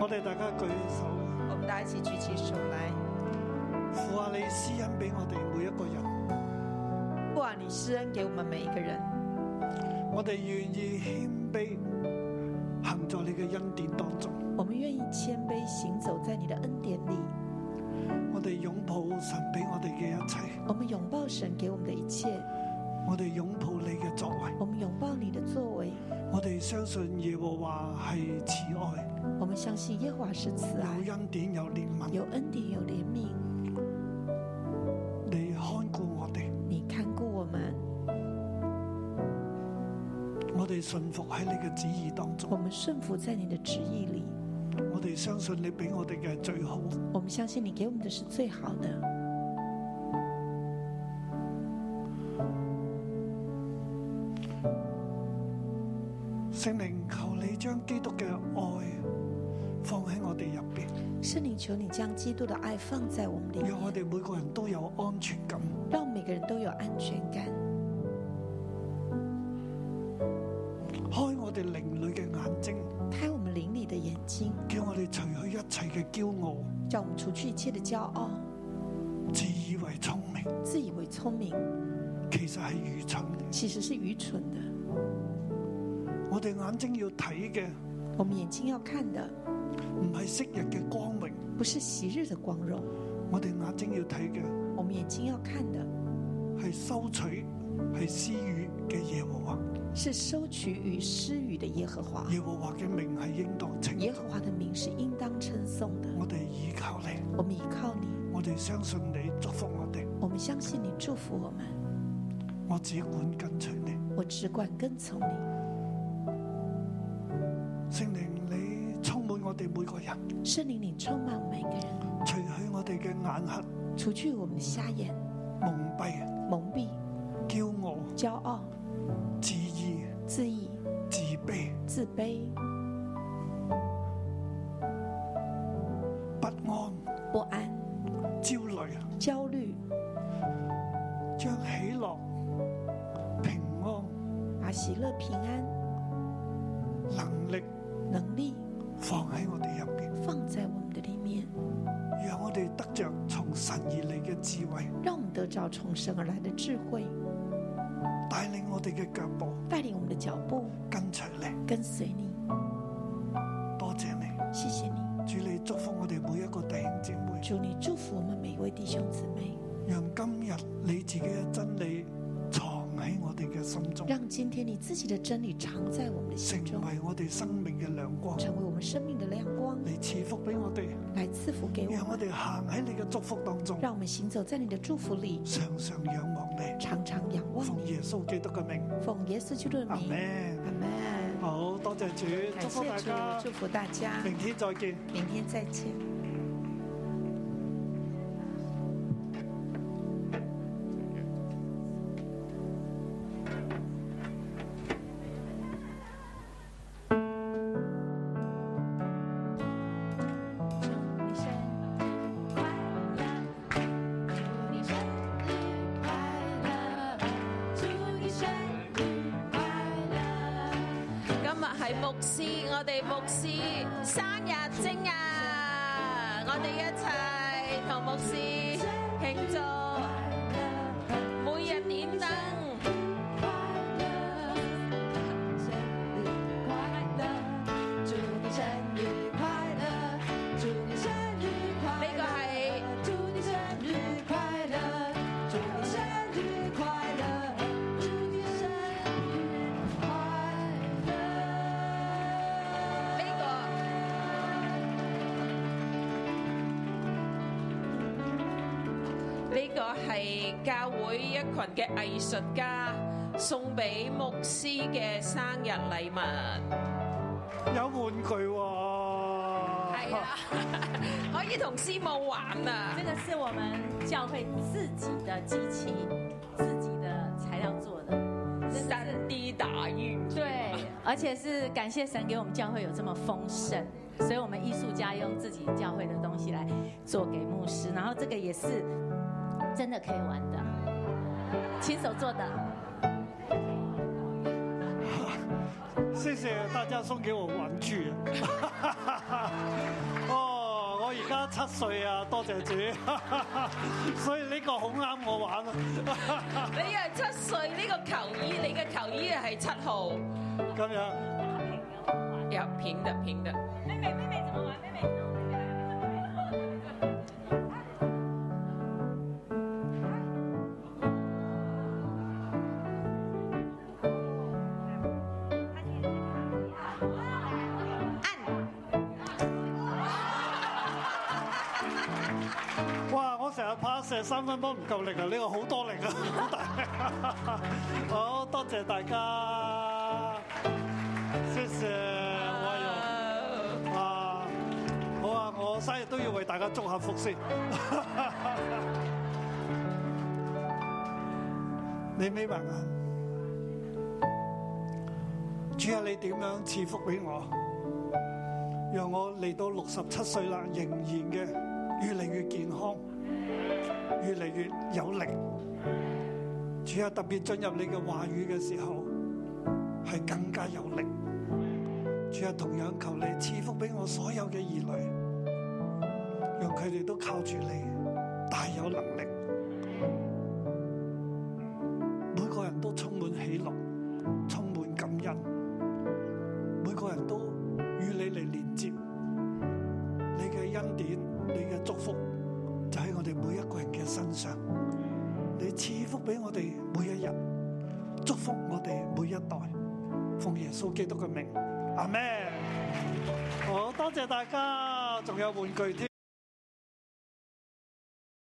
B: 我哋大家舉手啊，
C: 我们大家一起举起手来。
B: 父啊，你施恩俾我哋每一個人，
C: 父啊，你施恩给我们每一个人，
B: 我哋願意謙卑行在你嘅恩典當中，
C: 我们愿意谦卑行走在你的恩典里，
B: 我哋擁抱神俾我哋嘅一切，
C: 我们拥抱神给我们的一切，
B: 我哋擁抱你嘅作為，
C: 我们拥抱你的作为，
B: 我哋相信耶和華係慈愛，
C: 我们相信耶和华是慈爱，
B: 有恩典有憐憫，
C: 有恩典有怜悯，
B: 你看顧我哋，
C: 你看顾我们，
B: 我哋信服喺你嘅旨意當中
C: 我，们顺服在你的旨意里，
B: 我哋相信你俾我哋嘅係最好，
C: 我们相信你给我们的是最好的。
B: 聖靈求你將基督嘅愛放喺我哋入邊。
C: 圣灵，求你将基督的爱放在我们里
B: 让我
C: 面，
B: 哋每個人都有安全感。
C: 让每个人都有安全感，
B: 開我哋靈裏嘅眼睛，
C: 开我们灵里的眼睛，
B: 叫我哋除去一切嘅驕傲、
C: 叫我们除去一切的骄傲、
B: 自以為聰明，
C: 自以为聪明，
B: 其實係愚蠢嘅。
C: 其实是愚蠢的。
B: 我哋眼睛要睇嘅
C: 我们眼睛要看的
B: 唔係昔日嘅光榮，
C: 不是昔日的光荣，
B: 我哋眼睛要睇嘅
C: 我们眼睛要看的
B: 係收取、係施予嘅耶和華。
C: 是收取与施予的耶和华。
B: 耶和華嘅名係應當稱
C: 耶和華的名是应当称颂的。
B: 我哋依靠你，
C: 我们依靠你，
B: 我哋相信你，祝福我哋。
C: 我们相信你祝福我们，
B: 我只管跟隨你，
C: 我只管跟从你。
B: 聖靈你充滿我哋每個人，
C: 圣灵，你充满每个人，
B: 除去我哋嘅眼黑、
C: 除去我们的瞎眼、
B: 蒙蔽。
C: 蒙蔽、
B: 骄傲、
C: 骄傲、
B: 自意、
C: 自义、
B: 自卑、
C: 自卑、
B: 不安、
C: 不安、
B: 焦虑，
C: 焦虑，
B: 将喜乐、平安、
C: 把喜乐、平安、
B: 能力
C: 能力
B: 放喺我哋入边，
C: 放在我们的里面，
B: 让我哋得着从神而嚟嘅智慧，
C: 让我们得着从神而来的智慧，
B: 带领我哋嘅脚步
C: 带领我们的脚步，
B: 跟随你。
C: 跟随你。
B: 多谢你，
C: 谢谢你。
B: 主你祝福我哋每一个弟兄姊妹，
C: 主，你祝福我们每一位弟兄姊妹，
B: 让今日你自己嘅真理藏喺我哋嘅心中，
C: 让今天你自己的真理藏在我们的心
B: 成
C: 中，
B: 为我哋生命嘅亮光。
C: 成为我们生命的亮光，
B: 你赐福俾我哋，
C: 来赐福给
B: 让
C: 我
B: 我
C: 们，
B: 哋行喺你嘅祝福当中，
C: 让我们行走在你的祝福里，
B: 常常仰望你。
C: 常常仰望
B: 奉
C: 你。
B: 耶穌基督嘅名，
C: 奉耶穌基督的
B: 阿
C: 名，
B: 咩？
C: 阿门。
B: 好多謝主，祝
C: 感
B: 福
C: 谢
B: 大家
C: 主，，祝福大家，
B: 明天再見。
C: 明天再见。
F: 你生日快樂，祝你生日快樂，祝你生日快樂。
E: 今日係牧師，我哋牧師生日正日，我哋一齊同牧師慶祝，每日點燈，呢個係呢個。呢個係教會一群嘅藝術家送俾牧師嘅生日禮物，
B: 有玩具喎、
E: 係 啊， 可以同師母玩啊！
I: 这个是我们教会自己的机器，自己的材料做的。真的是
E: 三 D 打印，
I: 对，而且是感谢神给我们教会有这么丰盛，所以我们艺术家用自己教会的东西来做给牧师，然后这个也是真的可以玩的，亲手做的。
B: 啊 哦謝謝大家送給我玩具，七歲啊，多謝主， 所以呢個好啱我玩啊！
E: 你係七歲，呢、個球衣，你嘅球衣係七號，
B: 今日
E: 有平的平的。
B: 哇！我成日拍射三分波唔夠力啊，呢、個好多力啊， 好大力啊！好多謝大家，謝謝威勇啊！好啊，我生日都要為大家祝下福先。 你眯埋眼，主啊，你點樣賜福俾我？讓我嚟到六十七歲啦，仍然嘅越嚟越健康，越嚟越有力。主啊，特別進入你嘅話語嘅時候，係更加有力。主啊，同樣求你賜福俾我所有嘅兒女，讓佢哋都靠住你，大有能力。每個人都充滿喜樂，充滿感恩。每個人都與你嚟連接，你嘅恩典、你嘅祝福就喺我哋每一個人嘅身上。你賜福俾我哋每一日，祝福我哋每一代。奉耶穌基督嘅名，阿咩？好多謝大家，仲有玩具添。